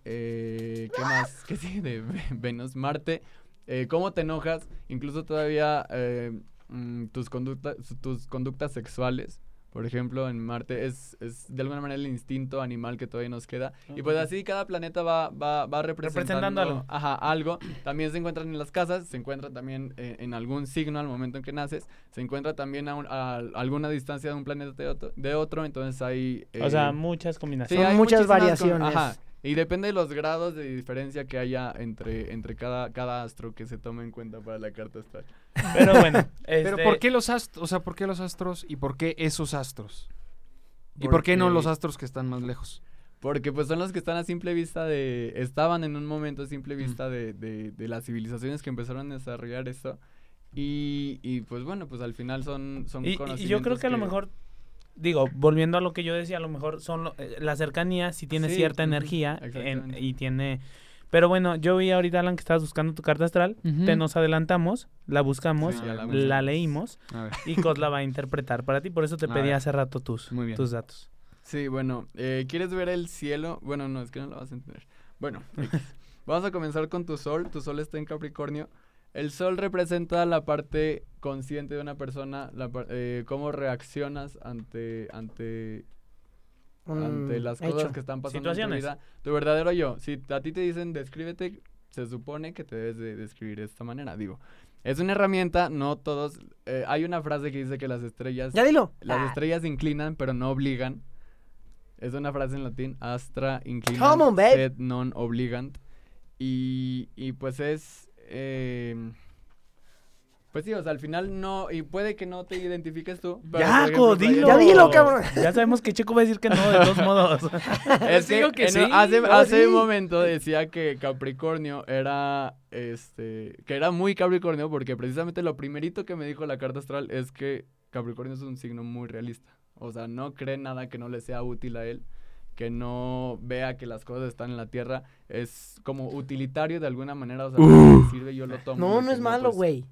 [SPEAKER 5] Eh, ¿Qué más? ¿Qué sigue de Ve- Venus? Marte, eh, cómo te enojas, incluso todavía eh, mm, tus, conductas tus conductas sexuales. Por ejemplo, en Marte es, es de alguna manera el instinto animal que todavía nos queda. Y pues así cada planeta va, va, va representando,
[SPEAKER 2] Ah, Representando algo.
[SPEAKER 5] Ajá, algo. También se encuentran en las casas, se encuentran también eh, en algún signo al momento en que naces, se encuentra también a, un- a alguna distancia de un planeta de otro, de otro entonces hay...
[SPEAKER 2] o sea,
[SPEAKER 5] eh,
[SPEAKER 2] Ah, muchas
[SPEAKER 5] Sí,
[SPEAKER 2] combinaciones.
[SPEAKER 1] Son
[SPEAKER 5] hay
[SPEAKER 1] muchas
[SPEAKER 5] muchísimas con-
[SPEAKER 1] variaciones.
[SPEAKER 5] ajá, Y depende de los grados de diferencia que haya entre, entre cada, cada astro que se tome en cuenta para la carta astral.
[SPEAKER 2] Pero bueno.
[SPEAKER 3] Pero
[SPEAKER 2] este,
[SPEAKER 3] ¿por qué los astros? O sea, ¿por qué los astros y por qué esos astros? ¿Y por qué no
[SPEAKER 5] Porque-
[SPEAKER 3] los astros que están más lejos?
[SPEAKER 5] Porque pues son los que están a simple vista de... Estaban en un momento a simple vista de, de- de las civilizaciones que empezaron a desarrollar esto. Y, y, pues bueno, pues al final son, son
[SPEAKER 2] Y, y yo creo
[SPEAKER 5] conocimientos
[SPEAKER 2] que a lo mejor, digo, volviendo a lo que yo decía, a lo mejor son lo- eh, la cercanía si tiene
[SPEAKER 5] Sí,
[SPEAKER 2] cierta
[SPEAKER 5] ujú,
[SPEAKER 2] energía en-
[SPEAKER 5] exactamente.
[SPEAKER 2] y tiene... Pero bueno, yo vi ahorita, Alan, que estabas buscando tu carta astral.
[SPEAKER 3] Ujú.
[SPEAKER 1] Mm.
[SPEAKER 2] Te nos adelantamos, la buscamos,
[SPEAKER 5] Sí, ya
[SPEAKER 2] la,
[SPEAKER 5] la buscamos.
[SPEAKER 2] leímos
[SPEAKER 3] A ver.
[SPEAKER 2] y Cos la va a interpretar para ti. Por eso te
[SPEAKER 3] A
[SPEAKER 2] pedí
[SPEAKER 3] ver.
[SPEAKER 2] hace rato tus,
[SPEAKER 3] Muy bien.
[SPEAKER 2] tus datos.
[SPEAKER 5] Sí, bueno, eh, ¿quieres ver el cielo? Bueno, no, es que no lo vas a entender. Bueno, X. vamos a comenzar con tu sol. Tu sol está en Capricornio. El sol representa la parte consciente de una persona, la par- eh, cómo reaccionas ante, ante,
[SPEAKER 1] Un
[SPEAKER 5] ante las cosas
[SPEAKER 1] Mm, hecho.
[SPEAKER 5] que están pasando en tu
[SPEAKER 2] Situaciones.
[SPEAKER 5] vida. Tu verdadero yo. Si a ti te dicen descríbete, se supone que te debes de describir de esta manera. Digo, es una herramienta, no todos. eh, hay una frase que dice que las estrellas
[SPEAKER 1] Ya dilo. Ah.
[SPEAKER 5] las estrellas inclinan, pero no obligan. Es una frase en latín. Astra
[SPEAKER 1] Come on,
[SPEAKER 5] inclinant,
[SPEAKER 1] babe.
[SPEAKER 5] sed non obligant. Y, y pues es... eh, pues sí, o sea, al final no... Y puede que no te identifiques tú. pero,
[SPEAKER 2] ya,
[SPEAKER 5] por ejemplo,
[SPEAKER 2] Cos,
[SPEAKER 5] Brian-
[SPEAKER 2] dilo.
[SPEAKER 1] Ya dilo, cabrón.
[SPEAKER 2] Ya sabemos que Checo va a decir que no, de todos modos.
[SPEAKER 5] Es que,
[SPEAKER 3] Digo que
[SPEAKER 5] en-
[SPEAKER 3] sí,
[SPEAKER 5] hace,
[SPEAKER 3] no,
[SPEAKER 5] hace
[SPEAKER 3] sí.
[SPEAKER 5] un momento decía que Capricornio era este que era muy Capricornio porque precisamente lo primerito que me dijo la carta astral es que Capricornio es un signo muy realista. O sea, no cree nada que no le sea útil a él, que no vea que las cosas están en la tierra es como utilitario de alguna manera. O sea, me sirve, yo lo tomo.
[SPEAKER 1] No,
[SPEAKER 5] y
[SPEAKER 1] no es
[SPEAKER 5] si
[SPEAKER 1] malo,
[SPEAKER 5] pues,
[SPEAKER 1] güey.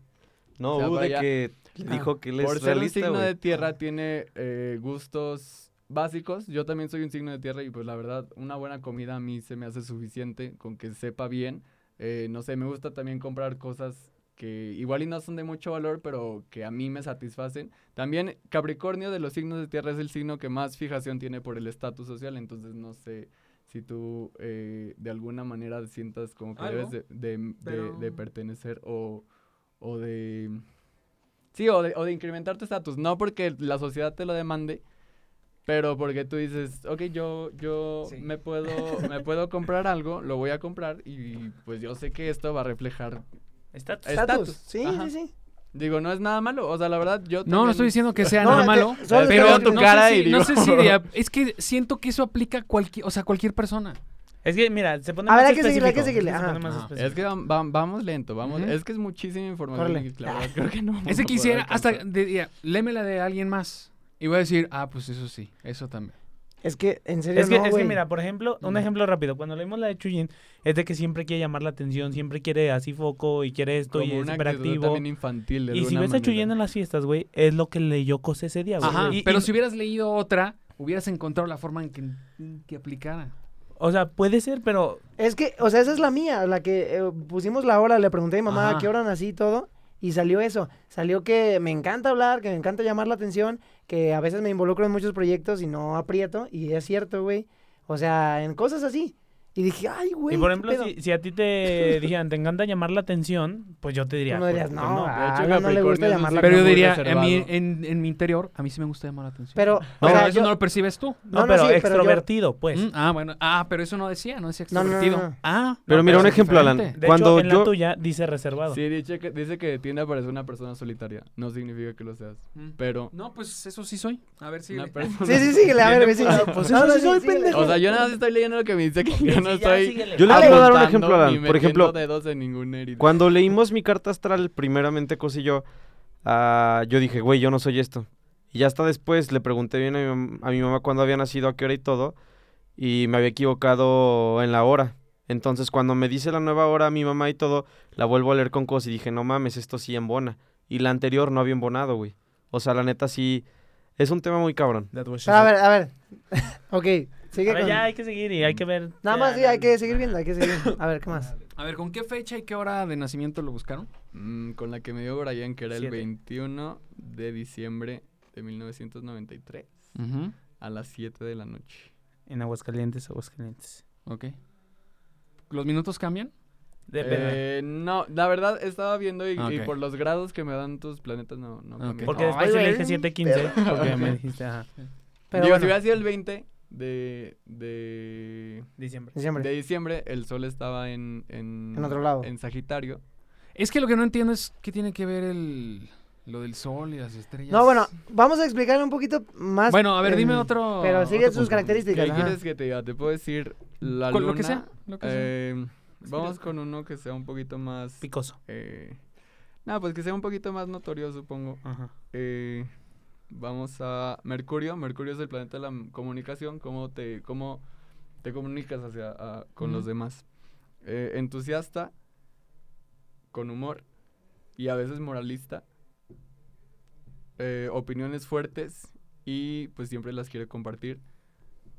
[SPEAKER 4] No,
[SPEAKER 5] O sea,
[SPEAKER 4] uh, de
[SPEAKER 5] vaya- Ah.
[SPEAKER 4] que dijo que él
[SPEAKER 5] Por
[SPEAKER 4] es
[SPEAKER 5] ser un
[SPEAKER 4] realista,
[SPEAKER 5] signo de
[SPEAKER 4] güey.
[SPEAKER 5] tierra tiene eh, gustos básicos. Yo también soy un signo de tierra y pues la verdad una buena comida a mí se me hace suficiente con que sepa bien. Eh, no sé, me gusta también comprar cosas que igual y no son de mucho valor, pero que a mí me satisfacen. También Capricornio de los signos de tierra es el signo que más fijación tiene por el estatus social, entonces no sé si tú eh, de alguna manera sientas como que
[SPEAKER 2] Algo,
[SPEAKER 5] debes de, de- de-
[SPEAKER 2] pero-
[SPEAKER 5] de pertenecer o, o de... Sí, o de, o de incrementar tu estatus, no porque la sociedad te lo demande, pero porque tú dices, ok, yo, yo
[SPEAKER 1] Sí.
[SPEAKER 5] me, puedo, me puedo comprar algo, lo voy a comprar y pues yo sé que esto va a reflejar.
[SPEAKER 2] Está
[SPEAKER 1] Estatus.
[SPEAKER 5] Estatus,
[SPEAKER 1] Sí, sí,
[SPEAKER 5] ajá.
[SPEAKER 1] sí.
[SPEAKER 5] Digo, no es nada malo, o sea, la verdad yo...
[SPEAKER 3] No, no
[SPEAKER 5] también-
[SPEAKER 3] estoy diciendo que sea
[SPEAKER 1] No,
[SPEAKER 3] nada
[SPEAKER 1] te-
[SPEAKER 3] malo.
[SPEAKER 1] solo estoy
[SPEAKER 5] Pero
[SPEAKER 3] Pero
[SPEAKER 1] viendo
[SPEAKER 5] tu
[SPEAKER 3] no
[SPEAKER 5] cara
[SPEAKER 3] sé si,
[SPEAKER 5] y
[SPEAKER 3] no
[SPEAKER 5] digo-
[SPEAKER 3] sé si de- es que siento que eso aplica a cualquier, o sea, cualquier persona.
[SPEAKER 2] Es que, mira, se pone
[SPEAKER 1] A
[SPEAKER 2] más
[SPEAKER 1] ver, hay que seguirle, hay que
[SPEAKER 2] específico,
[SPEAKER 1] seguirle,
[SPEAKER 2] se
[SPEAKER 1] ajá.
[SPEAKER 2] pone más
[SPEAKER 3] Ah,
[SPEAKER 2] específico.
[SPEAKER 5] Es que vam- vam- vamos lento, vamos.
[SPEAKER 3] Ujú.
[SPEAKER 5] Es que es muchísima información.
[SPEAKER 1] Córrele.
[SPEAKER 5] y la verdad, creo que no.
[SPEAKER 3] Es que
[SPEAKER 5] no
[SPEAKER 3] quisiera,
[SPEAKER 5] puedo
[SPEAKER 3] hasta,
[SPEAKER 5] alcanzar.
[SPEAKER 3] diría, lémela de alguien más. Y voy a decir, ah, pues eso sí, eso también.
[SPEAKER 1] Es que, en serio,
[SPEAKER 2] Es que,
[SPEAKER 1] no,
[SPEAKER 2] es que
[SPEAKER 1] güey.
[SPEAKER 2] mira, por ejemplo, un
[SPEAKER 3] Mm.
[SPEAKER 2] ejemplo rápido. Cuando leímos la de Chuyin, es de que siempre quiere llamar la atención, siempre quiere así foco y quiere esto
[SPEAKER 5] Como
[SPEAKER 2] y es
[SPEAKER 5] una
[SPEAKER 2] súper
[SPEAKER 5] actitud
[SPEAKER 2] activo.
[SPEAKER 5] también infantil. de
[SPEAKER 2] Y si
[SPEAKER 5] alguna
[SPEAKER 2] ves a Chuyin
[SPEAKER 5] manera.
[SPEAKER 2] en las fiestas, güey, es lo que leyó Cose ese día, güey.
[SPEAKER 3] Ajá,
[SPEAKER 2] Y-
[SPEAKER 3] pero
[SPEAKER 2] y-
[SPEAKER 3] si hubieras leído otra, hubieras encontrado la forma en que, que aplicara.
[SPEAKER 2] O sea, puede ser, pero
[SPEAKER 1] Es que, o sea, esa es la mía, la que eh, pusimos la hora, le pregunté a mi mamá
[SPEAKER 3] Ajá.
[SPEAKER 1] a qué hora nací y todo, y salió eso. Salió que me encanta hablar, que me encanta llamar la atención, que a veces me involucro en muchos proyectos y no aprieto, y es cierto, güey. O sea, en cosas así. Y dije, ay, güey.
[SPEAKER 2] Y por
[SPEAKER 1] qué
[SPEAKER 2] ejemplo,
[SPEAKER 1] pedo".
[SPEAKER 2] si, si a ti te dijeran, te encanta llamar la atención, pues yo te diría.
[SPEAKER 1] Tú no dirías,
[SPEAKER 2] pues,
[SPEAKER 1] no,
[SPEAKER 2] pues,
[SPEAKER 1] a
[SPEAKER 3] Ah,
[SPEAKER 1] Alan
[SPEAKER 5] hecho,
[SPEAKER 1] no le
[SPEAKER 5] Capricornio
[SPEAKER 1] gusta
[SPEAKER 5] es un
[SPEAKER 1] llamar la
[SPEAKER 5] signo
[SPEAKER 3] Pero yo
[SPEAKER 5] muy
[SPEAKER 3] diría, a
[SPEAKER 5] reservado.
[SPEAKER 3] mí, en, en mi interior, a mí sí me gusta llamar la atención.
[SPEAKER 1] Pero,
[SPEAKER 3] No,
[SPEAKER 1] o sea,
[SPEAKER 3] eso
[SPEAKER 1] yo-
[SPEAKER 3] no lo percibes tú.
[SPEAKER 2] No,
[SPEAKER 1] No, no,
[SPEAKER 2] pero
[SPEAKER 1] sí, pero yo-
[SPEAKER 2] extrovertido, pues.
[SPEAKER 3] Mm, ah, bueno. Ah, pero eso no decía, no decía
[SPEAKER 1] No, no, no,
[SPEAKER 3] extrovertido.
[SPEAKER 1] no.
[SPEAKER 3] Ah.
[SPEAKER 4] Pero
[SPEAKER 3] no,
[SPEAKER 4] mira, un
[SPEAKER 3] es
[SPEAKER 4] ejemplo, Alan.
[SPEAKER 3] diferente.
[SPEAKER 2] De
[SPEAKER 4] Cuando
[SPEAKER 2] hecho, en
[SPEAKER 4] yo-
[SPEAKER 2] la tuya dice reservado.
[SPEAKER 5] Sí, dice que, dice que tiende a parecer una persona solitaria. No significa que lo seas.
[SPEAKER 3] Mm.
[SPEAKER 5] Pero
[SPEAKER 3] No, pues eso sí soy. A ver si...
[SPEAKER 5] una persona.
[SPEAKER 1] Sí, sí, síguele, a ver, güey, síguele.
[SPEAKER 2] pues,
[SPEAKER 1] No,
[SPEAKER 2] eso
[SPEAKER 1] no,
[SPEAKER 2] sí,
[SPEAKER 1] sí,
[SPEAKER 2] soy
[SPEAKER 1] síguele.
[SPEAKER 2] pendejo.
[SPEAKER 5] O sea, yo nada más estoy leyendo lo que me dice que yo no
[SPEAKER 4] Yo
[SPEAKER 5] estoy.
[SPEAKER 4] le
[SPEAKER 1] Dale.
[SPEAKER 4] quiero dar un
[SPEAKER 5] apuntando
[SPEAKER 4] ejemplo,
[SPEAKER 5] ni
[SPEAKER 4] Alan. Por
[SPEAKER 5] metiendo
[SPEAKER 4] ejemplo,
[SPEAKER 5] dedos en ninguna herida.
[SPEAKER 4] Cuando leímos mi carta astral, primeramente Cos y yo, ah, yo dije, güey, yo no soy esto. Y ya hasta después le pregunté bien a mi, mam- a mi mamá cuándo había nacido, a qué hora y todo, y me había equivocado en la hora. Entonces, cuando me dice la nueva hora mi mamá y todo, la vuelvo a leer con Cos y dije, no mames, esto sí embona. Y la anterior no había embonado, güey. O sea, la neta sí. Es un tema muy cabrón.
[SPEAKER 1] Pero a ver, a ver. ok, sigue
[SPEAKER 2] A ver,
[SPEAKER 1] con-
[SPEAKER 2] ya hay que seguir y hay que ver.
[SPEAKER 1] Nada
[SPEAKER 2] Ya,
[SPEAKER 1] más, sí,
[SPEAKER 2] ya,
[SPEAKER 1] hay que seguir viendo, hay que seguir. viendo. A ver, ¿qué más?
[SPEAKER 3] A ver, ¿con qué fecha y qué hora de nacimiento lo buscaron?
[SPEAKER 5] Mm, con la que me dio Brian, que era el
[SPEAKER 2] Siete.
[SPEAKER 5] 21 de diciembre de 1993 a las 7 de la noche.
[SPEAKER 2] En Aguascalientes, Aguascalientes.
[SPEAKER 3] Ok. ¿Los minutos cambian?
[SPEAKER 2] Depende.
[SPEAKER 5] Eh, no, la verdad estaba viendo y, y
[SPEAKER 3] Ok.
[SPEAKER 5] por los grados que me dan tus planetas no, no
[SPEAKER 3] Ok.
[SPEAKER 5] cambié.
[SPEAKER 2] porque
[SPEAKER 1] Ay,
[SPEAKER 2] después sí le
[SPEAKER 1] güey,
[SPEAKER 2] dije
[SPEAKER 1] eres un
[SPEAKER 2] 715, porque me dijiste, ajá,
[SPEAKER 1] Pero
[SPEAKER 5] Digo,
[SPEAKER 1] bueno,
[SPEAKER 5] si hubiera sido el 20 de, de,
[SPEAKER 2] diciembre.
[SPEAKER 1] diciembre.
[SPEAKER 5] de diciembre, el sol estaba en, en,
[SPEAKER 1] En otro lado.
[SPEAKER 5] en Sagitario.
[SPEAKER 3] Es que lo que no entiendo es qué tiene que ver el, lo del sol y las estrellas.
[SPEAKER 1] No, bueno, vamos a explicarle un poquito más.
[SPEAKER 3] Bueno, a ver,
[SPEAKER 1] eh,
[SPEAKER 3] dime otro.
[SPEAKER 1] Pero sigue sus
[SPEAKER 3] otro punto.
[SPEAKER 5] ¿Qué
[SPEAKER 1] características. ajá.
[SPEAKER 5] quieres que te diga? Te puedo decir la
[SPEAKER 3] Con
[SPEAKER 5] luna.
[SPEAKER 3] lo que sea, lo que sea.
[SPEAKER 5] eh, vamos con uno que sea un poquito más...
[SPEAKER 2] Picoso.
[SPEAKER 5] Eh, no, pues que sea un poquito más notorio, supongo.
[SPEAKER 2] Ajá.
[SPEAKER 5] Eh, vamos a Mercurio. Mercurio es el planeta de la m- comunicación. ¿Cómo te, cómo te comunicas hacia, a- con los
[SPEAKER 3] Ujú.
[SPEAKER 5] demás? Eh, entusiasta, con humor y a veces moralista. Eh, opiniones fuertes y pues siempre las quiere compartir.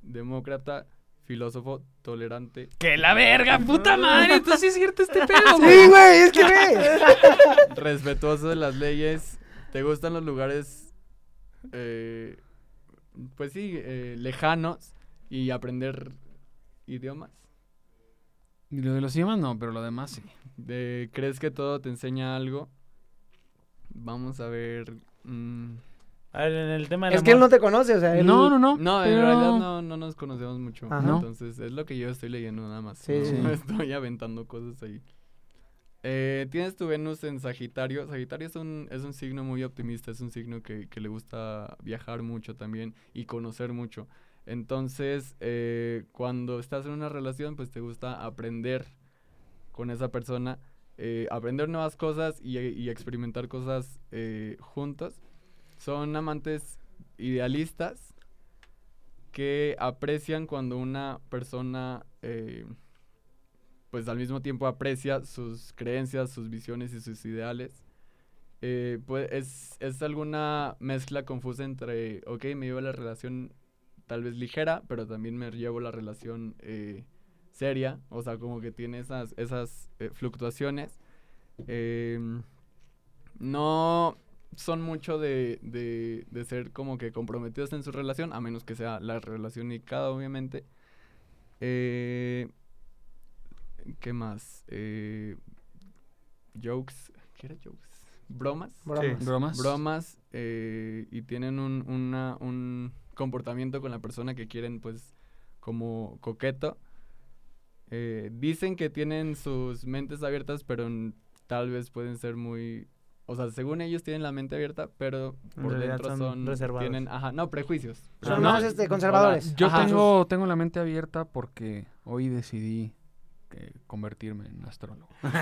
[SPEAKER 5] Demócrata, filósofo, tolerante.
[SPEAKER 3] ¡Que la verga, puta madre! Entonces sí es cierto este pedo, güey.
[SPEAKER 1] Sí, güey, es que güey.
[SPEAKER 5] respetuoso de las leyes, te gustan los lugares, eh, pues sí, eh, lejanos y aprender idiomas.
[SPEAKER 3] Y Lo de los idiomas no, pero lo demás sí.
[SPEAKER 5] De, ¿Crees que todo te enseña algo? Vamos a ver. mm,
[SPEAKER 2] A ver, en el tema del
[SPEAKER 1] Es que él no
[SPEAKER 2] amor,
[SPEAKER 1] te conoce, o sea. él-
[SPEAKER 3] No, no, no.
[SPEAKER 5] no, en
[SPEAKER 3] pero-
[SPEAKER 5] realidad no, no nos conocemos mucho.
[SPEAKER 1] Ajá.
[SPEAKER 5] Entonces, es lo que yo estoy leyendo nada más.
[SPEAKER 1] Sí,
[SPEAKER 5] no-
[SPEAKER 1] sí.
[SPEAKER 5] no estoy aventando cosas ahí. Eh, Tienes tu Venus en Sagitario. Sagitario es un, es un signo muy optimista, es un signo que, que le gusta viajar mucho también y conocer mucho. Entonces, eh, cuando estás en una relación, pues te gusta aprender con esa persona, eh, aprender nuevas cosas y, y experimentar cosas eh, juntos. Son amantes idealistas que aprecian cuando una persona, eh, pues al mismo tiempo aprecia sus creencias, sus visiones y sus ideales. Eh, pues es, es alguna mezcla confusa entre, ok, me llevo la relación tal vez ligera, pero también me llevo la relación eh, seria, o sea, como que tiene esas, esas eh, fluctuaciones. Em, no son mucho de, de, de ser como que comprometidos en su relación, a menos que sea la relación y cada, obviamente. Eh, ¿Qué más? Eh, jokes. ¿Qué era jokes? ¿Bromas?
[SPEAKER 1] Bromas.
[SPEAKER 3] ¿Bromas?
[SPEAKER 5] bromas eh, y tienen un, una- un comportamiento con la persona que quieren, pues, como coqueto. Eh, dicen que tienen sus mentes abiertas, pero n- tal vez pueden ser muy... O sea, según ellos tienen la mente abierta, pero
[SPEAKER 2] En
[SPEAKER 5] por
[SPEAKER 2] realidad
[SPEAKER 5] dentro
[SPEAKER 2] son
[SPEAKER 5] son...
[SPEAKER 2] reservados.
[SPEAKER 5] Tienen, ajá, no, prejuicios.
[SPEAKER 1] Son
[SPEAKER 3] No,
[SPEAKER 1] más este, conservadores.
[SPEAKER 3] Yo
[SPEAKER 5] Ajá.
[SPEAKER 3] tengo, tengo la mente abierta porque hoy decidí eh, convertirme en astrólogo.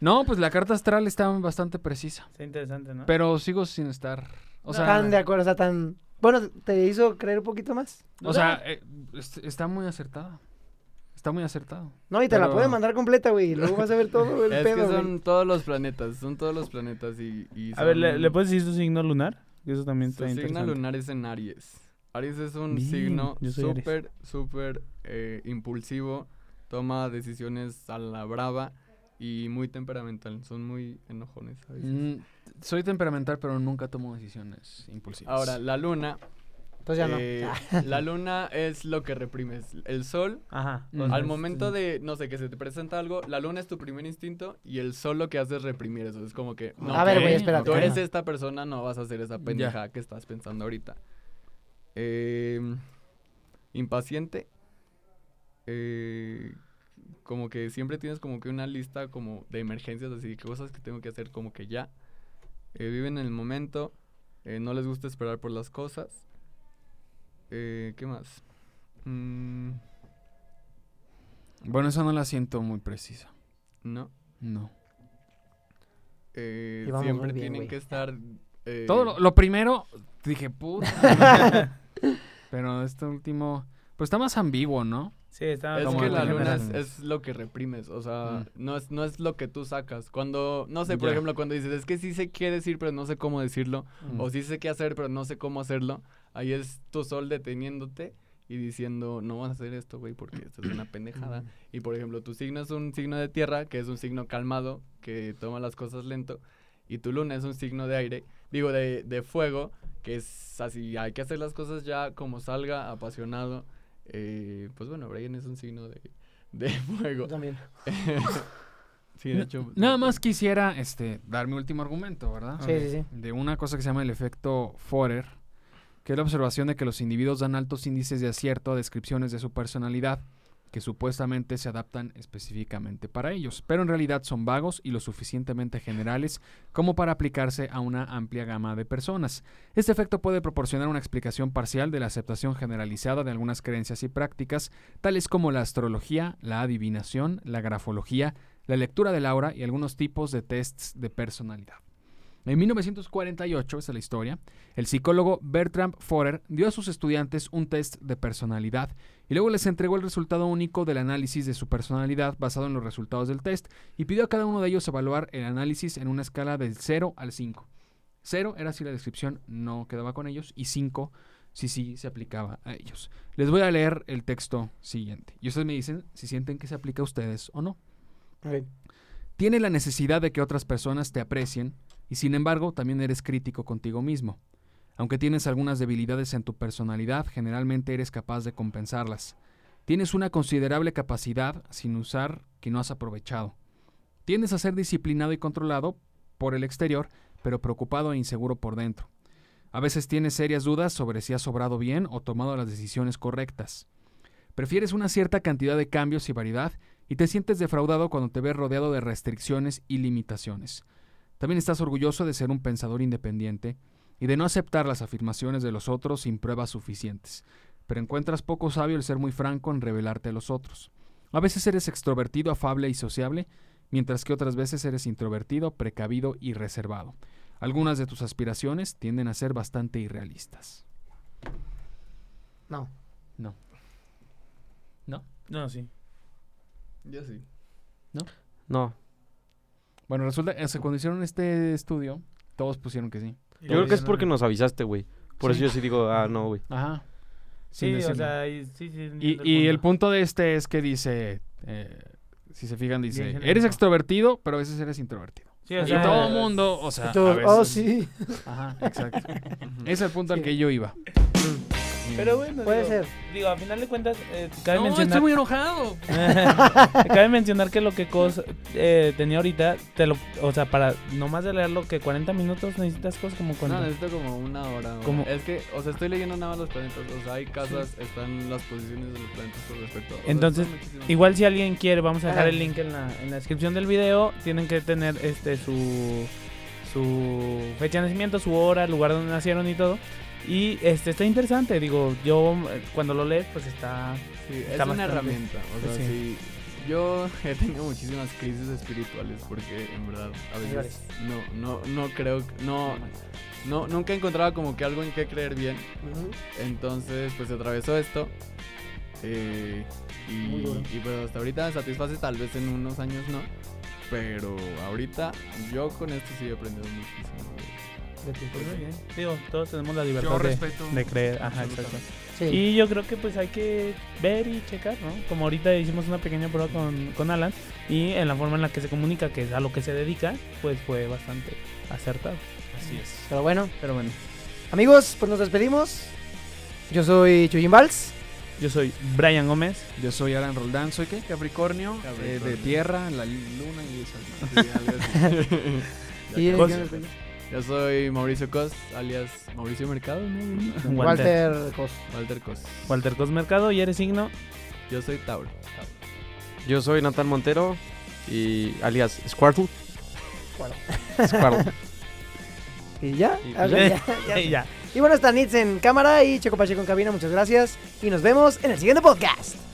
[SPEAKER 3] No, pues la carta astral está bastante precisa.
[SPEAKER 2] Está interesante, ¿no?
[SPEAKER 3] Pero sigo sin estar. O sea,
[SPEAKER 1] tan de acuerdo, o sea, tan. Bueno, ¿te hizo creer un poquito más?
[SPEAKER 3] o sea eh, es- está muy acertada. Está muy acertado.
[SPEAKER 1] No, y te la
[SPEAKER 3] Pero-
[SPEAKER 1] puede mandar completa, güey. Luego vas a ver todo el
[SPEAKER 5] es
[SPEAKER 1] pedo,
[SPEAKER 5] que
[SPEAKER 1] güey.
[SPEAKER 5] son todos los planetas, son todos los planetas y... y
[SPEAKER 2] a ver, ¿le,
[SPEAKER 5] son-
[SPEAKER 2] le puedes decir su signo lunar? Que Eso también
[SPEAKER 5] Su
[SPEAKER 2] está
[SPEAKER 5] signo
[SPEAKER 2] interesante.
[SPEAKER 5] lunar es en Aries. Aries es un
[SPEAKER 2] Bien,
[SPEAKER 5] signo
[SPEAKER 2] yo soy Aries.
[SPEAKER 5] súper, súper eh, impulsivo, toma decisiones a la brava y muy temperamental. Son muy enojones a veces.
[SPEAKER 3] Mm, soy temperamental, pero nunca tomo decisiones impulsivas.
[SPEAKER 5] Ahora, la luna.
[SPEAKER 1] Entonces Pues ya Ah,
[SPEAKER 5] eh, la luna es lo que reprimes. El sol,
[SPEAKER 2] Ajá.
[SPEAKER 3] Mm.
[SPEAKER 5] al momento de, no sé, que se te presenta algo, la luna es tu primer instinto y el sol lo que hace es reprimir eso. Es como que,
[SPEAKER 1] no.
[SPEAKER 5] no,
[SPEAKER 1] A ver,
[SPEAKER 5] ok,
[SPEAKER 1] güey,
[SPEAKER 3] ok, este,
[SPEAKER 1] espérate.
[SPEAKER 5] Tú eres
[SPEAKER 1] calma.
[SPEAKER 5] esta persona, no vas a hacer esa pendejada que estás pensando ahorita. Eh, impaciente. Eh, como que siempre tienes como que una lista como de emergencias, así que cosas que tengo que hacer como que ya. Eh, viven en el momento. eh, no les gusta esperar por las cosas. Eh, ¿Qué más? Mm,
[SPEAKER 3] Bueno, esa no la siento muy precisa.
[SPEAKER 5] no.
[SPEAKER 3] No.
[SPEAKER 5] Eh,
[SPEAKER 1] Y vamos muy
[SPEAKER 5] siempre
[SPEAKER 1] bien,
[SPEAKER 5] tienen
[SPEAKER 1] güey.
[SPEAKER 5] que estar... eh,
[SPEAKER 3] Todo lo, lo primero, dije, puta. pero este último. Pues está más ambiguo, ¿no?
[SPEAKER 2] Sí, está
[SPEAKER 5] Es
[SPEAKER 3] Como
[SPEAKER 5] que
[SPEAKER 3] en
[SPEAKER 5] la luna es,
[SPEAKER 3] general.
[SPEAKER 5] es lo que reprimes, o sea,
[SPEAKER 3] Mm.
[SPEAKER 5] no, es, no es lo que tú sacas. Cuando, no sé, por
[SPEAKER 3] Ya.
[SPEAKER 5] ejemplo, cuando dices, es que sí sé qué decir, pero no sé cómo decirlo, o
[SPEAKER 3] Mm.
[SPEAKER 5] sí sé qué hacer, pero no sé cómo hacerlo, ahí es tu sol deteniéndote y diciendo, no vas a hacer esto, güey, porque esto es una pendejada. Y, por ejemplo, tu signo es un signo de tierra, que es un signo calmado, que toma las cosas lento, y tu luna es un signo de aire, digo, de, de fuego, que es así, hay que hacer las cosas ya como salga, apasionado. Eh, pues bueno, Brian es un signo de, de fuego.
[SPEAKER 1] Yo también.
[SPEAKER 5] sí, de hecho.
[SPEAKER 3] Nada más quisiera este, dar mi último argumento, ¿verdad?
[SPEAKER 1] Sí, sí, sí.
[SPEAKER 3] de una cosa que se llama el efecto Forer, que es la observación de que los individuos dan altos índices de acierto a descripciones de su personalidad que supuestamente se adaptan específicamente para ellos, pero en realidad son vagos y lo suficientemente generales como para aplicarse a una amplia gama de personas. Este efecto puede proporcionar una explicación parcial de la aceptación generalizada de algunas creencias y prácticas, tales como la astrología, la adivinación, la grafología, la lectura del aura y algunos tipos de tests de personalidad. En 1948, esa es la historia, el psicólogo Bertram Forer dio a sus estudiantes un test de personalidad y luego les entregó el resultado único del análisis de su personalidad basado en los resultados del test y pidió a cada uno de ellos evaluar el análisis en una escala del 0 al 5. 0 era si la descripción no quedaba con ellos y 5 si sí se aplicaba a ellos. Les voy a leer el texto siguiente y ustedes me dicen si sienten que se aplica a ustedes o no.
[SPEAKER 1] Ok.
[SPEAKER 3] Tiene la necesidad de que otras personas te aprecien y sin embargo también eres crítico contigo mismo. Aunque tienes algunas debilidades en tu personalidad, generalmente eres capaz de compensarlas. Tienes una considerable capacidad sin usar que no has aprovechado. Tiendes a ser disciplinado y controlado por el exterior, pero preocupado e inseguro por dentro. A veces tienes serias dudas sobre si has sobrado bien o tomado las decisiones correctas. Prefieres una cierta cantidad de cambios y variedad y te sientes defraudado cuando te ves rodeado de restricciones y limitaciones. También estás orgulloso de ser un pensador independiente y de no aceptar las afirmaciones de los otros sin pruebas suficientes, pero encuentras poco sabio el ser muy franco en revelarte a los otros. A veces eres extrovertido, afable y sociable, mientras que otras veces eres introvertido, precavido y reservado. Algunas de tus aspiraciones tienden a ser bastante irrealistas.
[SPEAKER 1] No.
[SPEAKER 2] No, sí.
[SPEAKER 5] Yo sí.
[SPEAKER 4] No.
[SPEAKER 3] Bueno, resulta, eh, o sea, cuando hicieron este estudio, todos pusieron que sí.
[SPEAKER 4] Yo creo que es porque nos avisaste, güey. Por
[SPEAKER 3] Sí.
[SPEAKER 4] eso yo sí digo, ah, no, güey.
[SPEAKER 3] Ajá.
[SPEAKER 2] Sí,
[SPEAKER 3] Sin
[SPEAKER 2] o
[SPEAKER 3] decirlo.
[SPEAKER 2] sea, y, sí, sí.
[SPEAKER 3] Y,
[SPEAKER 2] entiendo
[SPEAKER 3] y el punto de este es que dice, eh, si se fijan, dice,
[SPEAKER 2] Dicen
[SPEAKER 3] eres
[SPEAKER 2] eso.
[SPEAKER 3] extrovertido, pero a veces eres introvertido.
[SPEAKER 2] Sí, o
[SPEAKER 3] y
[SPEAKER 2] sea,
[SPEAKER 3] todo el mundo, o sea,
[SPEAKER 1] Y todos,
[SPEAKER 3] a veces-
[SPEAKER 1] oh, sí.
[SPEAKER 3] Ajá, exacto. Ese es el punto al que yo iba.
[SPEAKER 2] Pero bueno,
[SPEAKER 1] Puede
[SPEAKER 2] digo,
[SPEAKER 1] ser.
[SPEAKER 2] Digo, a final de cuentas, eh, cabe
[SPEAKER 3] no,
[SPEAKER 2] mencionar.
[SPEAKER 3] estoy muy enojado.
[SPEAKER 2] cabe mencionar que lo que Cos eh, tenía ahorita, te lo, o sea, para no más de leerlo que 40 minutos necesitas cosas como
[SPEAKER 5] No,
[SPEAKER 2] cuando.
[SPEAKER 5] necesito como una hora. o-
[SPEAKER 2] Como-
[SPEAKER 5] Es que, o sea, estoy leyendo nada más los planetas. O sea, hay casas, están las posiciones de los planetas con respecto a. o sea,
[SPEAKER 2] Entonces,
[SPEAKER 5] está muchísimo.
[SPEAKER 2] Igual si alguien quiere, vamos a dejar
[SPEAKER 1] Ah.
[SPEAKER 2] el link en la, en la descripción del video. Tienen que tener este su su fecha de nacimiento, su hora, el lugar donde nacieron y todo. Y este está interesante, digo, yo eh, cuando lo lees pues está
[SPEAKER 5] Sí, es
[SPEAKER 2] está
[SPEAKER 5] una
[SPEAKER 2] bastante-
[SPEAKER 5] herramienta. O sea,
[SPEAKER 2] sí.
[SPEAKER 5] sí. Yo he tenido muchísimas crisis espirituales porque en verdad a veces no, no, no creo, no, no, nunca encontraba como que algo en qué creer bien.
[SPEAKER 1] Ujú.
[SPEAKER 5] Entonces, pues se atravesó esto. eh,
[SPEAKER 1] Muy
[SPEAKER 5] y,
[SPEAKER 1] duro.
[SPEAKER 5] y pues hasta ahorita me satisface, tal vez en unos años no. Pero ahorita yo con esto sí he aprendido muchísimo.
[SPEAKER 2] pues, muy bien. Digo, todos tenemos la libertad
[SPEAKER 3] Yo
[SPEAKER 2] de,
[SPEAKER 3] respeto.
[SPEAKER 2] de creer, ajá,
[SPEAKER 5] absolutamente.
[SPEAKER 2] exacto.
[SPEAKER 1] Sí.
[SPEAKER 2] Y yo creo que pues hay que ver y checar, ¿no? Como ahorita hicimos una pequeña prueba con, con Alan y en la forma en la que se comunica, que es a lo que se dedica, pues fue bastante acertado.
[SPEAKER 3] Así es.
[SPEAKER 1] Pero bueno,
[SPEAKER 2] Pero bueno,
[SPEAKER 1] amigos, pues nos despedimos. Yo soy Chuyín Valls.
[SPEAKER 2] yo soy Brian Gómez.
[SPEAKER 3] Yo soy Alan Roldán, soy qué? Capricornio, eh, de
[SPEAKER 5] Capricornio.
[SPEAKER 3] tierra, la luna y esas madres.
[SPEAKER 5] Sí, algo así.
[SPEAKER 1] Y el
[SPEAKER 5] Ya acabé.
[SPEAKER 1] guion-
[SPEAKER 5] Yo soy Mauricio Cos, alias Mauricio Mercado, ¿no?
[SPEAKER 1] Walter, Cos.
[SPEAKER 5] Walter Cos.
[SPEAKER 2] Walter Cos Mercado y eres signo.
[SPEAKER 5] Yo soy Tauro.
[SPEAKER 4] Yo soy Natán Montero y alias Squirtle.
[SPEAKER 1] Squirtle.
[SPEAKER 4] Squirtle.
[SPEAKER 1] Y ya.
[SPEAKER 4] Y-
[SPEAKER 1] Ah, ya, ya.
[SPEAKER 2] Y ya.
[SPEAKER 1] Y bueno, está Nitz en cámara y Checo Pacheco en cabina. Muchas gracias. Y nos vemos en el siguiente podcast.